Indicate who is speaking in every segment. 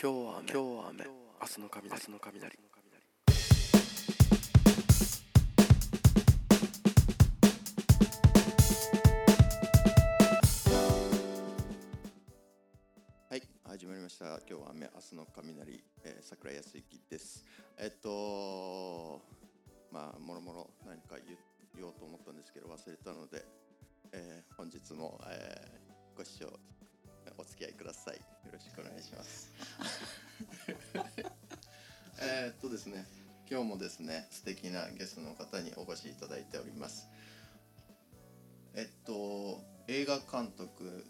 Speaker 1: 今日は雨今日は雨明日の雷明日の雷
Speaker 2: はい、始まりました。今日は雨、明日の雷、えー、桜井康之です。えっと、まあ、もろもろ何か言言おうと思ったんですけど、忘れたので、えー本日も、えーご視聴、お付き合いください。よろしくお願いします。えーっとですね、今日もですね、素敵なゲストの方にお越しいただいております。えっと、映画監督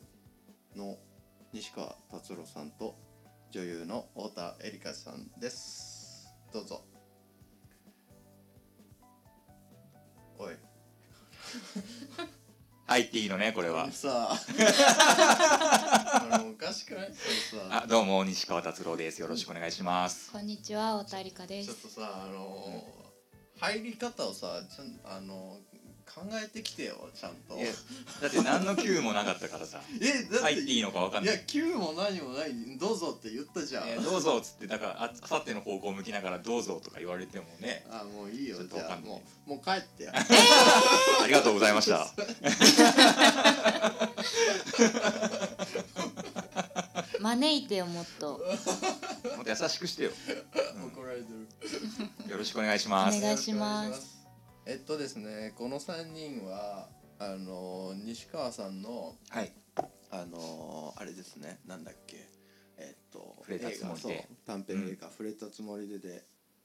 Speaker 2: の西川達郎さんと女優の太田絵里香さんですどうぞおい
Speaker 3: IT のねこれ
Speaker 2: あ
Speaker 3: は
Speaker 2: の さあのおかしくないそれさ
Speaker 3: あどうも西川達郎ですよろしくお願いします
Speaker 4: こんにちは、おたりかで
Speaker 2: ちょっ
Speaker 4: す。
Speaker 2: とさあの入り方をさちゃんあの考えてきてよちゃんと
Speaker 3: いやだって何の Q もなかったからさ
Speaker 2: えだってい
Speaker 3: IT のかわかんない
Speaker 2: や Q も何もないどうぞって言ったじゃん、
Speaker 3: えーどうぞっつってだからああさっての方向向きながらどうぞとか言われてもね
Speaker 2: あもういいよ
Speaker 3: ちょっ
Speaker 2: じ
Speaker 3: とわ
Speaker 2: ゃ
Speaker 3: か
Speaker 2: あ
Speaker 3: んない
Speaker 2: もうもう帰ってよ
Speaker 3: ありがとうございました
Speaker 4: 招いてよ、もっと。
Speaker 3: もっと優しくしてよ、
Speaker 2: 怒られてる
Speaker 3: うんよろしくお願いします
Speaker 4: お願いします
Speaker 2: えっとですねこの3人はあの西川さんの
Speaker 3: はい
Speaker 2: あのあれですねなんだっけえっと
Speaker 3: 触れたつもりで
Speaker 2: 映画そう短編映画「触れたつもりで」で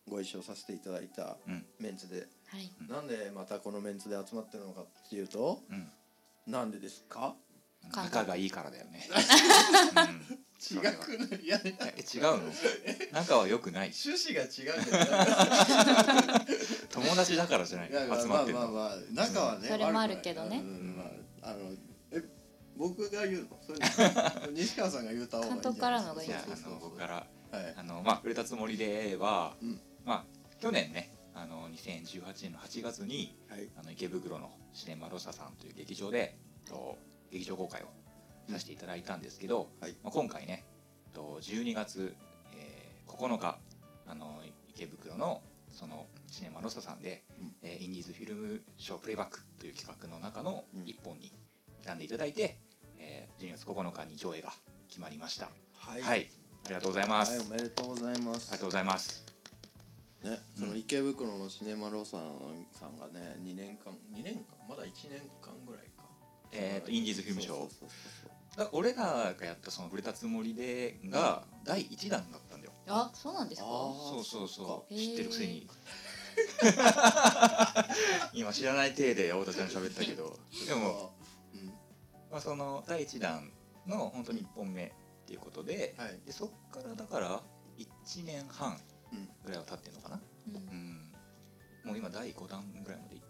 Speaker 2: ご一緒させていただいた
Speaker 3: うん
Speaker 2: メンツで、
Speaker 4: はい。
Speaker 3: うん
Speaker 2: なんでまたこのメンツで集まってるのかっていうと
Speaker 3: うん
Speaker 2: なんでですか
Speaker 4: か
Speaker 3: 仲がいいからだよ ね、
Speaker 2: 違くないいやいや
Speaker 3: うんえ違うの仲は良くない
Speaker 2: 趣旨が違うじ ゃ
Speaker 3: 友達だからじ ゃない
Speaker 2: ないいや
Speaker 3: 集
Speaker 2: ま
Speaker 3: ま
Speaker 2: あ
Speaker 3: ってる
Speaker 2: まあ
Speaker 3: の
Speaker 2: まあ中はね、
Speaker 4: それ
Speaker 2: 悪く
Speaker 4: も
Speaker 2: ない
Speaker 4: あるけどね
Speaker 2: うんまああのえ僕が言うのそれ西川さんが言うた方がいいんじゃない
Speaker 4: 監督からの方がいい
Speaker 3: じゃ
Speaker 2: そう
Speaker 3: ああ
Speaker 2: そう
Speaker 3: の
Speaker 2: そう
Speaker 3: 僕から
Speaker 2: はい
Speaker 3: あのまあ触れたつもりでは、
Speaker 2: うん
Speaker 3: まあ去年ねあの2018年の8月に
Speaker 2: はい
Speaker 3: あの池袋のシネマロサさんという劇場で、と劇場公開をさせていただいたんですけど、
Speaker 2: はい
Speaker 3: まあ、今回ねと12月、えー9日あの池袋のそのシネマロサさんで、
Speaker 2: うん
Speaker 3: えーインディーズフィルムショープレイバックという企画の中の
Speaker 2: うん
Speaker 3: 1本に選んでいただいて、えー12月9日に上映が決まりました。
Speaker 2: は
Speaker 3: はい、
Speaker 2: はい、
Speaker 3: ありがとうございます。
Speaker 2: おめでとうございます
Speaker 3: ありがとうございます。
Speaker 2: ね、
Speaker 3: う
Speaker 2: そ
Speaker 3: ん
Speaker 2: の池袋のシネマローさんさんがね2年間2年間まだ1年間ぐらいか
Speaker 3: えっ、と、インディーズフィルムショー。
Speaker 2: そうそうそうそう
Speaker 3: だ俺らがやったその触れたつもりでが第一弾だったんだよ。
Speaker 4: あ、そうなんですか。
Speaker 2: あ
Speaker 3: そうそうそう。
Speaker 4: そっか
Speaker 3: 知ってるくせに。 今知らない体で太田ちゃん喋ったけど、 でも、
Speaker 2: う
Speaker 3: まあ、その第一弾の本当に一本目っていうことで、
Speaker 2: んはい
Speaker 3: でそっからだから一年半
Speaker 2: うん
Speaker 3: ぐらいは経ってるのかな。
Speaker 4: うん
Speaker 3: うん。もう今第五弾ぐらいまでい。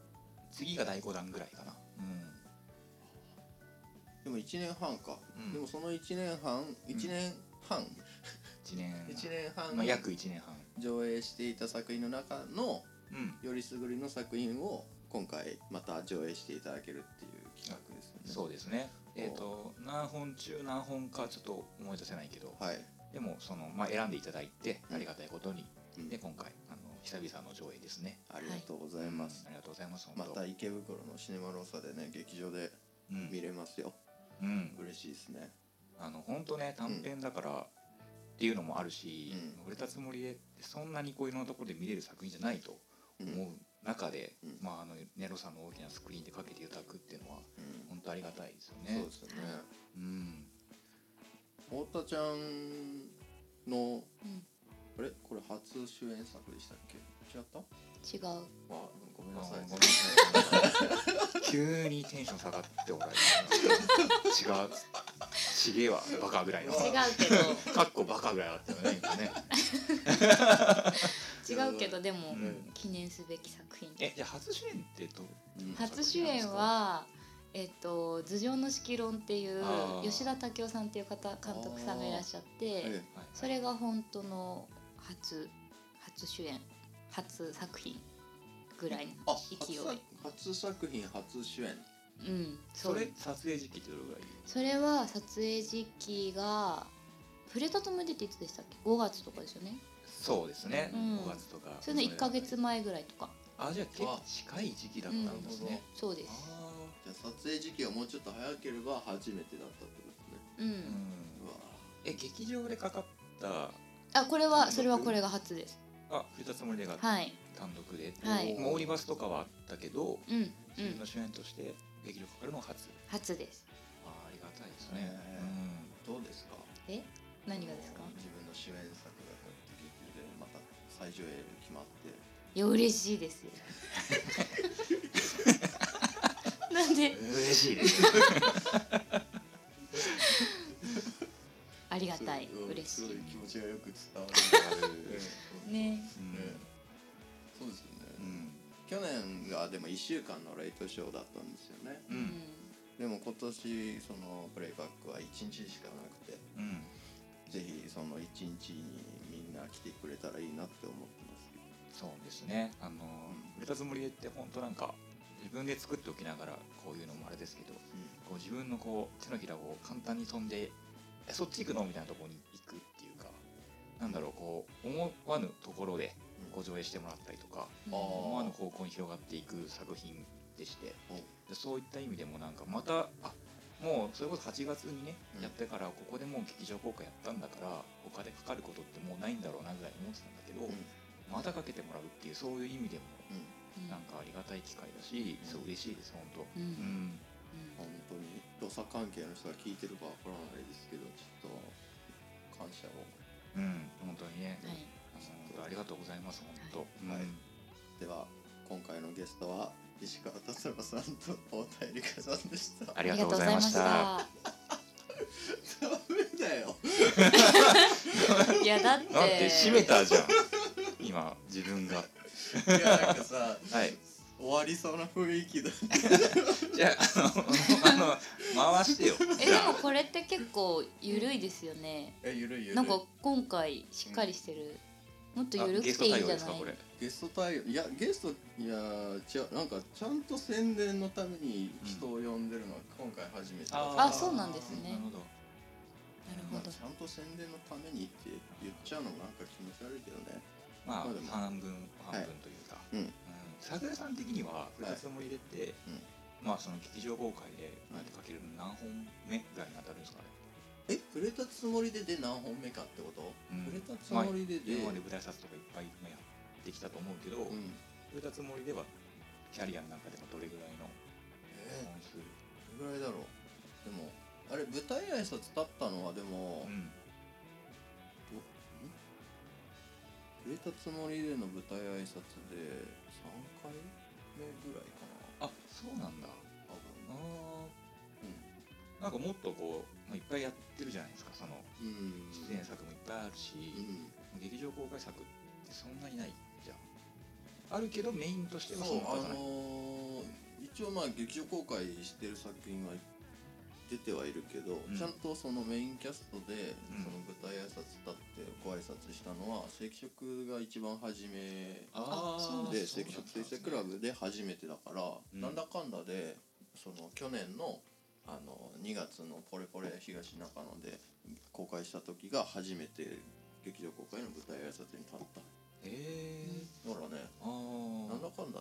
Speaker 3: 次が第五弾ぐらいかな。うん。
Speaker 2: でも1年半か、
Speaker 3: うん
Speaker 2: でもその1年半1年半、
Speaker 3: 一年。
Speaker 2: 一年半、
Speaker 3: まあ、約一年半。
Speaker 2: 上映していた作品の中の
Speaker 3: うん。
Speaker 2: よりすぐりの作品を今回また上映していただけるっていう企画ですよね
Speaker 3: そうですね。えっ、と何本中何本かちょっと思い出せないけど、
Speaker 2: はい、
Speaker 3: でもそのまあ選んでいただいて
Speaker 2: うん
Speaker 3: ありがたいことに、
Speaker 2: うん
Speaker 3: で今回あの久々の上映ですね。
Speaker 2: ありがとうございます、
Speaker 3: うんありがとうございます。
Speaker 2: ま
Speaker 3: 本当
Speaker 2: た池袋のシネマローサでね劇場で
Speaker 3: う
Speaker 2: 見
Speaker 3: ん、
Speaker 2: れますよ、
Speaker 3: うん、
Speaker 2: 嬉しいですね
Speaker 3: あの本当ね短編だから。っていうのもあるし、
Speaker 2: う
Speaker 3: 売れたつもりでそんなにこういうのところで見れる作品じゃないと
Speaker 2: うん
Speaker 3: 思う中で、
Speaker 2: うん
Speaker 3: まああのネロさんの大きなスクリーンでかけていただくっていうのは
Speaker 2: うん
Speaker 3: 本当ありがたいですよ
Speaker 2: そう
Speaker 3: ね
Speaker 2: で。すよね
Speaker 3: うん、
Speaker 2: 太田ちゃんの
Speaker 4: うん
Speaker 2: あれこれ初主演作でしたっけ違ったあ
Speaker 4: 違う。
Speaker 2: ごめんなさい
Speaker 3: あごめんなさい 急にテンション下がっておられる違うちげえわバカぐ らいの
Speaker 2: 違
Speaker 4: 違う
Speaker 2: う
Speaker 3: かっこバカぐらいあったよね今ね
Speaker 4: けど。違うけど、でも、
Speaker 3: うん
Speaker 4: 記念すべき作品。
Speaker 3: えじゃあ初主演ってどう
Speaker 2: うん
Speaker 4: 初主演は。えっと、頭上の式論っていう
Speaker 3: あー
Speaker 4: 吉田武雄さんっていう方監督さんがいらっしゃって
Speaker 2: え
Speaker 3: はい
Speaker 4: それが本当の初初主演初作品ぐらいの
Speaker 2: あ
Speaker 4: 勢い
Speaker 2: 初作初作品初主演
Speaker 4: うん
Speaker 3: そ
Speaker 4: そう
Speaker 3: れ撮影時期ってどれぐらい
Speaker 4: それは撮影時期がプレタトムデっていつでしたっけ5月とかですよね
Speaker 3: そうですね、
Speaker 4: うん
Speaker 3: 5月とか
Speaker 4: それの1か月前ぐらいとか
Speaker 3: あじゃあ結構近い時期だったんですね、
Speaker 4: そうです
Speaker 3: あ
Speaker 2: じゃあ撮影時期がもうちょっと早ければ初めてだったってことね
Speaker 4: うん、
Speaker 3: ーうん
Speaker 2: うわ
Speaker 3: え劇場でかかった
Speaker 4: あこれはそれはこれが初です
Speaker 3: あ触れたつもりでが
Speaker 4: はい
Speaker 3: 単独で、
Speaker 4: はい
Speaker 3: モーリバスとかはあったけど、
Speaker 4: うんうん
Speaker 3: 自分の主演として劇場かかるのは初
Speaker 4: 初です
Speaker 3: あありがたいです
Speaker 2: ね
Speaker 3: ね、
Speaker 2: どうですか
Speaker 4: え何がですか
Speaker 2: 自分の主演作がこうやって劇でまた最上映に決まって
Speaker 4: いや嬉しいで すよなんで
Speaker 3: 嬉しいです
Speaker 4: ありがたい
Speaker 2: すご
Speaker 4: 嬉し
Speaker 2: すごい
Speaker 4: い
Speaker 2: 気持ちがよく伝わるうん
Speaker 4: ね
Speaker 3: うん
Speaker 2: そうですよ
Speaker 3: う
Speaker 2: ね、
Speaker 3: ん
Speaker 2: 去年がでも1週間のレイトショーだったんですよね
Speaker 3: う
Speaker 4: うんん
Speaker 2: でも今年そのプレイバックは1日しかなくて
Speaker 3: うん
Speaker 2: ぜひその1日にみんな来てくれたらいいなって思ってますけど
Speaker 3: そうですねあの売れたつもりでって本当なんか自分で作っておきながらこういうのもあれですけどこう自分のこう手のひらを簡単に飛んでえそっち行くのみたいなところに行くっていうかなんだろうこう思わぬところでご上映してもらったりとか
Speaker 4: うん
Speaker 2: あー
Speaker 3: 思わぬ方向に広がっていく作品でして
Speaker 2: お
Speaker 3: でそういった意味でもなんかまたあもうそれこそ8月にね、
Speaker 2: うん
Speaker 3: やってからここでもう劇場公開やったんだから他でかかることってもうないんだろうなぐらい思ってたんだけど、
Speaker 2: うん
Speaker 3: またかけてもらうっていうそういう意味でも
Speaker 2: うん
Speaker 3: なんかありがたい機会だし、
Speaker 2: うん
Speaker 3: そう嬉しいです本
Speaker 4: うんう
Speaker 3: 当、
Speaker 2: 本
Speaker 3: うんん、
Speaker 2: 当に土佐関係の人が聞いてるかわからないですけどちょっと感謝を
Speaker 3: うん本当にね、
Speaker 4: はい
Speaker 3: あの本当ありがとうございます本当、
Speaker 2: はい
Speaker 3: うん
Speaker 2: では今回のゲストは石川達郎さんと太田絵里香さんで した
Speaker 3: ありがとうございまし
Speaker 4: あり
Speaker 3: た
Speaker 4: がとうございました
Speaker 2: ダメだよ
Speaker 4: いやだって
Speaker 3: なんて閉めたじゃん今自分が
Speaker 2: いやなんかさ
Speaker 3: はい
Speaker 2: 終わりそうな雰囲気だ
Speaker 3: じゃああのあの回してよ
Speaker 4: え
Speaker 3: じ
Speaker 4: で
Speaker 3: ゃ
Speaker 4: もこれって結構ゆるいですよね
Speaker 2: えゆるいゆるい
Speaker 4: なんか今回しっかりしてる、もっと
Speaker 3: あ
Speaker 4: ゆるくてい
Speaker 3: ゲ
Speaker 4: い
Speaker 3: ス
Speaker 4: んじ
Speaker 3: ト対応
Speaker 4: ゃない
Speaker 3: ですかこれ
Speaker 2: ゲスト対応いやゲストいや違うなんかちゃんと宣伝のために人を呼んでるのは今回初めてだった
Speaker 4: あーそうなんですね
Speaker 3: なるほど
Speaker 4: なる
Speaker 2: ま
Speaker 4: ほ
Speaker 2: あ、ち
Speaker 4: ど
Speaker 2: ゃんと宣伝のためにって言っちゃうのもなんか気持ち悪いけどね
Speaker 3: まあ
Speaker 2: まあでも
Speaker 3: 半分半分というか、
Speaker 2: うん
Speaker 3: 桜井さん的には「ふ
Speaker 2: い
Speaker 3: たつも入れて」
Speaker 2: うん
Speaker 3: まあその劇場公開でなんてかけるの何本目ぐらいに当たるんですか
Speaker 2: え
Speaker 3: ね、
Speaker 2: 触れたつもりでで何本目かってこと、
Speaker 3: うん
Speaker 2: 触れたつもりでで、
Speaker 3: 今まで舞台札とかいっぱいまあやってきたと思うけど、
Speaker 2: う
Speaker 3: 触
Speaker 2: ん
Speaker 3: れたつもりではキャリアの中でもどれぐらいの
Speaker 2: えー
Speaker 3: 本数、
Speaker 2: どれぐらいだろうでもあれ舞台挨拶立ったのはでも、
Speaker 3: うん
Speaker 2: 触れたつもりでの舞台挨拶で3回目ぐらいかな
Speaker 3: あそうなんだ
Speaker 2: 多
Speaker 3: あ
Speaker 2: 分
Speaker 3: ーなんかもっとこう、まあ、いっぱいやってるじゃないですかその
Speaker 2: うんうん
Speaker 3: 出演作もいっぱいあるし、
Speaker 2: うん
Speaker 3: 劇場公開作ってそんなにないじゃんあるけどメインとして
Speaker 2: そ
Speaker 3: はそうの
Speaker 2: あ
Speaker 3: 方
Speaker 2: の
Speaker 3: ない、
Speaker 2: ー一応まあ劇場公開してる作品は出てはいるけど、
Speaker 3: うん
Speaker 2: ちゃんとそのメインキャストで
Speaker 3: うん
Speaker 2: その舞台挨拶立ってご挨拶したのは赤色が一番初め
Speaker 3: あ
Speaker 4: あそうなんだ
Speaker 2: で
Speaker 4: そ
Speaker 2: 赤
Speaker 4: うなんだ
Speaker 2: 色水星クラブで初めてだから、
Speaker 3: うん
Speaker 2: なんだかんだでその去年のあの2月の「ポレポレ東中野」で公開した時が初めて劇場公開の舞台挨拶に立った
Speaker 3: え
Speaker 2: だからね
Speaker 3: ー、あー
Speaker 2: なんだかんだ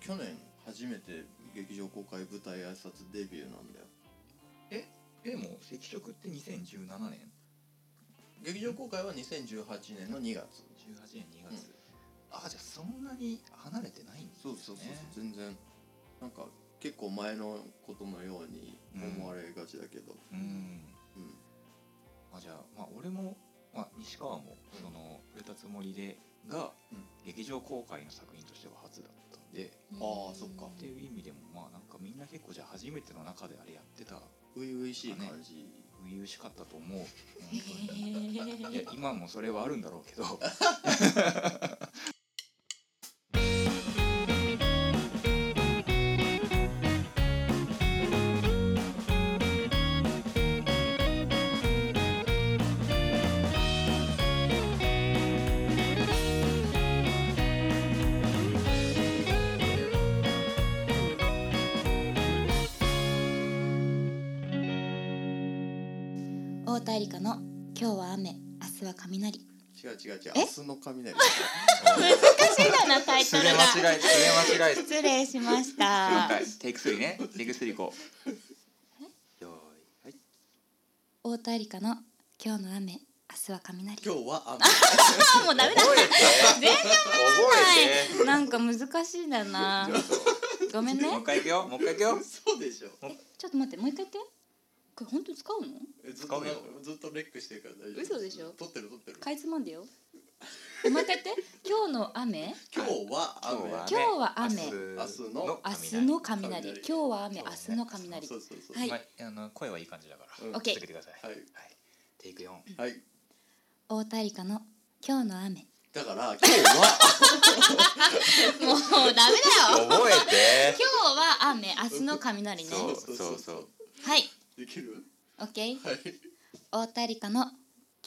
Speaker 2: 去年初めて劇場公開舞台挨拶デビューなんだよ
Speaker 3: でも赤色って2017年
Speaker 2: 劇場公開は2018年の2月
Speaker 3: 18年2月、ああじゃあそんなに離れてないんですね
Speaker 2: そうそうそうそう、全然なんか結構前のことのように思われがちだけど、
Speaker 3: うん
Speaker 2: うん
Speaker 3: あじゃあまあ俺も、まあ、西川もその「売れたつもりで」が
Speaker 2: うん
Speaker 3: 劇場公開の作品としては初だったんで、
Speaker 2: あーそっ か
Speaker 3: っていう意味でもまあなんかみんな結構じゃあ初めての中であれやってた
Speaker 2: 初々しい感じ、
Speaker 3: 初々しかったと思う本
Speaker 4: へ
Speaker 3: 当にいや
Speaker 4: ー
Speaker 3: 今もそれはあるんだろうけど
Speaker 4: 太田絵里香の「今日今日は雨明日は雷
Speaker 2: 違う違う違う
Speaker 4: え
Speaker 2: 明日の雷
Speaker 4: 難しいかなタイ
Speaker 3: す
Speaker 4: ト
Speaker 3: れ
Speaker 4: ルが
Speaker 3: 間違いすれ間違いす
Speaker 4: 失礼しまし
Speaker 3: れ間
Speaker 4: た
Speaker 3: 違いテイク3ねテイク3行こ
Speaker 1: よーい
Speaker 4: 太田絵里香の今日の雨明日は 雷
Speaker 2: 今日は
Speaker 4: あもうダメだ
Speaker 3: う覚えて
Speaker 4: 全然
Speaker 3: 覚
Speaker 4: はいなんか難しいんだなごめん
Speaker 3: えてもう
Speaker 4: ね
Speaker 3: 一回行くよもう一回行くよ
Speaker 2: 雨そうでしょ
Speaker 4: ちょっと待ってもう一回言ってこれ本当に使うの
Speaker 2: えずっ
Speaker 3: 使
Speaker 2: と
Speaker 3: うよ
Speaker 2: ずっとレックしてるから大丈夫
Speaker 4: 嘘でしょ
Speaker 2: 撮ってる撮ってる
Speaker 4: かいつまんでよえもう 一回言って今日の雨
Speaker 2: 今日は雨
Speaker 3: 今
Speaker 4: 今日は雨
Speaker 2: 明日の
Speaker 4: 明日の雷
Speaker 2: 雷
Speaker 4: 今日は雨明日の雷
Speaker 2: そうそうそう
Speaker 4: はい
Speaker 3: はい、あの声はいい感じだから、
Speaker 2: うん
Speaker 4: オッケー
Speaker 3: 続けてください。
Speaker 2: はい
Speaker 3: テイク四。
Speaker 2: はい
Speaker 4: 太田絵里香の今日の雨
Speaker 2: だから今日 は
Speaker 4: もうダメだよ
Speaker 3: 覚え
Speaker 4: 今日は雨明日の雷ね
Speaker 3: そうそうそう。
Speaker 4: はい
Speaker 2: できる
Speaker 4: オッケー
Speaker 2: はい
Speaker 4: 太田絵里香の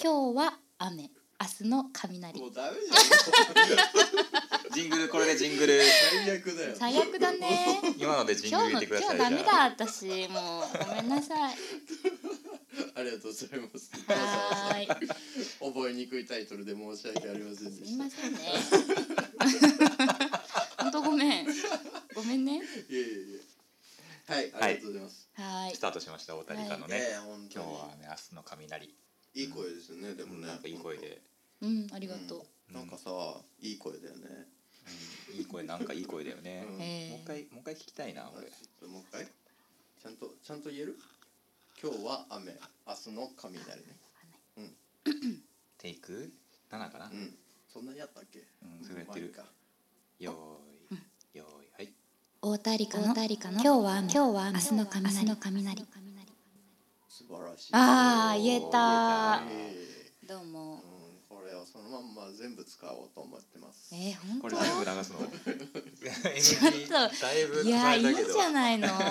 Speaker 4: 今日は雨明日の雷
Speaker 2: もうダメじゃん
Speaker 3: ジングルこれでジングル。
Speaker 2: 最悪だよ
Speaker 4: 最悪だね
Speaker 3: 今のでジン
Speaker 4: 今
Speaker 3: グル入
Speaker 4: 日の
Speaker 3: れてく
Speaker 4: 今
Speaker 3: ださい。
Speaker 4: 日ダメ
Speaker 3: じゃあ。
Speaker 4: だ私もうごめん なさい
Speaker 2: ありがとうございます
Speaker 4: はーい
Speaker 2: 覚えにくいタイトルで申し訳ありません
Speaker 4: す
Speaker 2: で
Speaker 4: み
Speaker 2: した
Speaker 4: ませんね本当ごめんごめんね
Speaker 2: いえいえいえはいありがとうございます
Speaker 4: はーい
Speaker 3: スタートしました大谷さんのね。
Speaker 2: ええ本当
Speaker 3: 今日
Speaker 2: に
Speaker 3: は雨、明日の雷。
Speaker 2: いい声ですよねでもね
Speaker 3: なんかいい声で。
Speaker 4: うんありがとう、
Speaker 2: なんかさいい声だよね
Speaker 3: うんいい声なんかいい声だよね。
Speaker 2: うん
Speaker 3: も
Speaker 4: え
Speaker 3: う一回もう一回聞きたいな俺。
Speaker 2: 俺もう一回ちゃんとちゃんと言える今日は雨明日の雷ね
Speaker 3: テイク七かな
Speaker 2: う。んそんなにやったっけ
Speaker 3: うんそれやって
Speaker 2: まあいい
Speaker 3: る。
Speaker 2: か
Speaker 3: よーいよーいはい。
Speaker 4: 大田理香の今日は雨今日は明日の雷明日の雷
Speaker 2: 素晴らしい
Speaker 4: ああ
Speaker 3: おー
Speaker 4: 言えた
Speaker 3: 言え
Speaker 2: え
Speaker 4: どう
Speaker 2: え
Speaker 4: も
Speaker 2: うんこれをそのまんま全部使おうと思ってます
Speaker 4: えー、本
Speaker 3: こ
Speaker 4: 当
Speaker 3: れ全部流す の。ち
Speaker 4: ょっと
Speaker 3: だいぶ
Speaker 4: いや
Speaker 3: 使え
Speaker 4: いい
Speaker 3: た
Speaker 4: ん
Speaker 3: けど
Speaker 4: じゃな いの本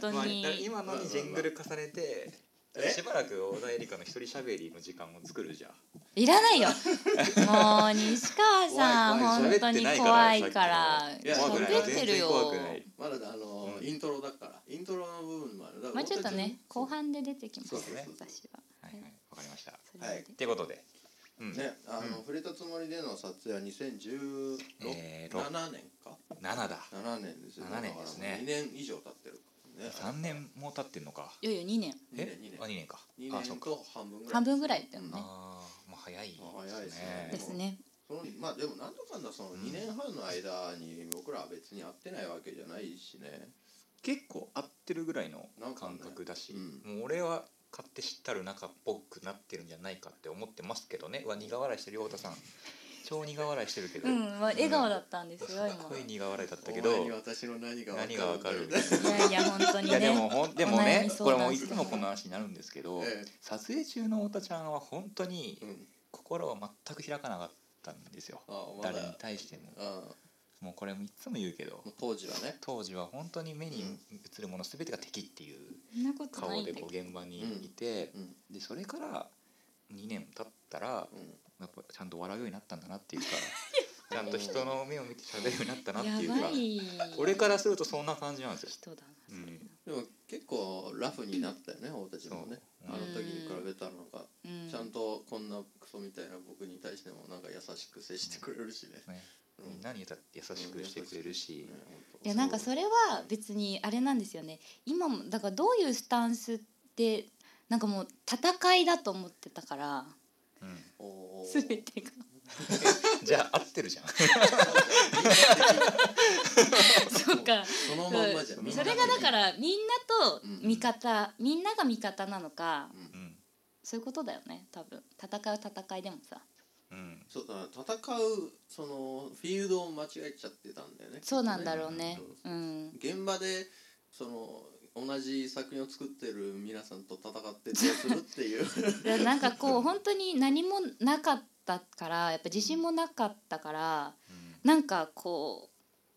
Speaker 4: 当
Speaker 3: まあ、
Speaker 4: に、
Speaker 3: 今のにジングル重ねて
Speaker 2: え
Speaker 3: しばらく小田エリカの一人しゃべりの時間を作るじゃん
Speaker 4: いらないよもう西川さん
Speaker 3: 怖い怖い
Speaker 4: 本当に怖いから
Speaker 3: 喋
Speaker 2: ってないからさっきの
Speaker 4: 喋ってるよ
Speaker 3: 怖くない
Speaker 2: まだあの
Speaker 3: うん
Speaker 2: イントロだからイントロの部分までだから
Speaker 4: まあちょっとね
Speaker 2: そう
Speaker 4: 後半で出てきます
Speaker 2: そう
Speaker 3: ですね
Speaker 4: 私は
Speaker 3: はいはいわかりましたっ
Speaker 4: それで、
Speaker 2: はい
Speaker 3: てことで、うん
Speaker 2: ねあの
Speaker 3: うん
Speaker 2: 触れたつもりでの撮影は2016
Speaker 3: えーろ
Speaker 2: 7年か
Speaker 3: 7だ
Speaker 2: 7年ですよ
Speaker 3: 7年ですね
Speaker 2: 2年以上経ってるからね
Speaker 3: 3年も経ってんのか
Speaker 4: いよいよ2年
Speaker 2: 二
Speaker 3: え
Speaker 2: 年二年
Speaker 3: あ2年か
Speaker 2: 2
Speaker 3: あそ
Speaker 2: 年
Speaker 3: っか
Speaker 2: と半分ぐらい
Speaker 4: 半分ぐらいだよね
Speaker 2: うん
Speaker 3: あーまあ早いですね
Speaker 2: まあ早いですね
Speaker 4: ですね
Speaker 2: そのまあでもなんとかんだその2年半の間に僕らは別に会ってないわけじゃないしね
Speaker 3: 結構合ってるぐらいの
Speaker 2: なんかね
Speaker 3: 感覚だし、
Speaker 2: う
Speaker 3: もう俺は勝手知ったる仲っぽくなってるんじゃないかって思ってますけどねうわ苦笑いしてる太田さん超苦笑いしてるけど、
Speaker 4: うん、まあ、笑顔だったんですよ
Speaker 3: すごい
Speaker 4: 今
Speaker 3: 苦笑いだったけ
Speaker 2: お前に
Speaker 3: ど
Speaker 2: 私の何が
Speaker 3: 何がわか るみたいない
Speaker 4: やいや本当に
Speaker 3: いや
Speaker 4: ね
Speaker 3: でもほんでもね
Speaker 4: お悩み相談
Speaker 3: これもういつもこの話になるんですけど、
Speaker 2: え
Speaker 3: 撮影中の太田ちゃんは本当に
Speaker 2: えうん
Speaker 3: 心を全く開かなかったんですよ、
Speaker 2: あま
Speaker 3: 誰に
Speaker 2: だ
Speaker 3: 対しても
Speaker 2: あ
Speaker 3: もうこれもいつも言うけど
Speaker 2: 当時はね
Speaker 3: 当時は本当に目に映るもの全てが敵っていう
Speaker 4: そんなことない
Speaker 3: 顔
Speaker 4: ん
Speaker 3: で
Speaker 4: だけ
Speaker 3: こ
Speaker 4: ど
Speaker 3: う現場にいて、
Speaker 2: うん
Speaker 3: でそれから2年経ったら
Speaker 2: うん
Speaker 3: やっぱちゃんと笑うようになったんだなっていうかちゃんと人の目を見て喋るようになったなっていう
Speaker 4: や
Speaker 3: か
Speaker 4: ばい
Speaker 3: 俺からするとそんな感じなんですよ。
Speaker 4: 人だな
Speaker 3: う
Speaker 4: それ
Speaker 3: ん
Speaker 2: でも結構ラフになったよね俺たちもね
Speaker 3: そう
Speaker 2: あの時に比べたらなんか
Speaker 4: うん
Speaker 2: ちゃんとこんなクソみたいな僕に対してもなんか優しく接してくれるしね
Speaker 3: ね
Speaker 2: うん
Speaker 3: みんなに優しくしてくれるし
Speaker 2: ね、本
Speaker 4: い
Speaker 2: 当
Speaker 4: やなんかそれは別にあれなんですよね今もだからどういうスタンスってなんかもう戦いだと思ってたから
Speaker 3: うん
Speaker 2: おー
Speaker 4: 全てが
Speaker 3: じゃあ合ってるじゃん。
Speaker 4: そうか
Speaker 2: そのまんまじゃん
Speaker 3: うん
Speaker 4: それがだからみんなと
Speaker 2: うん
Speaker 4: 味方、みんなが味方なのか
Speaker 3: うん
Speaker 4: そういうことだよね多分戦う戦いでもさ
Speaker 3: うん
Speaker 2: そうだから戦うそのフィールドを間違えちゃってたんだよね
Speaker 4: そうなんだろうね
Speaker 2: そう
Speaker 4: うん
Speaker 2: 現場でその同じ作品を作ってる皆さんと戦ってどうするっていう
Speaker 4: いやなんかこう本当に何もなかったからやっぱ自信もなかったからなんかこ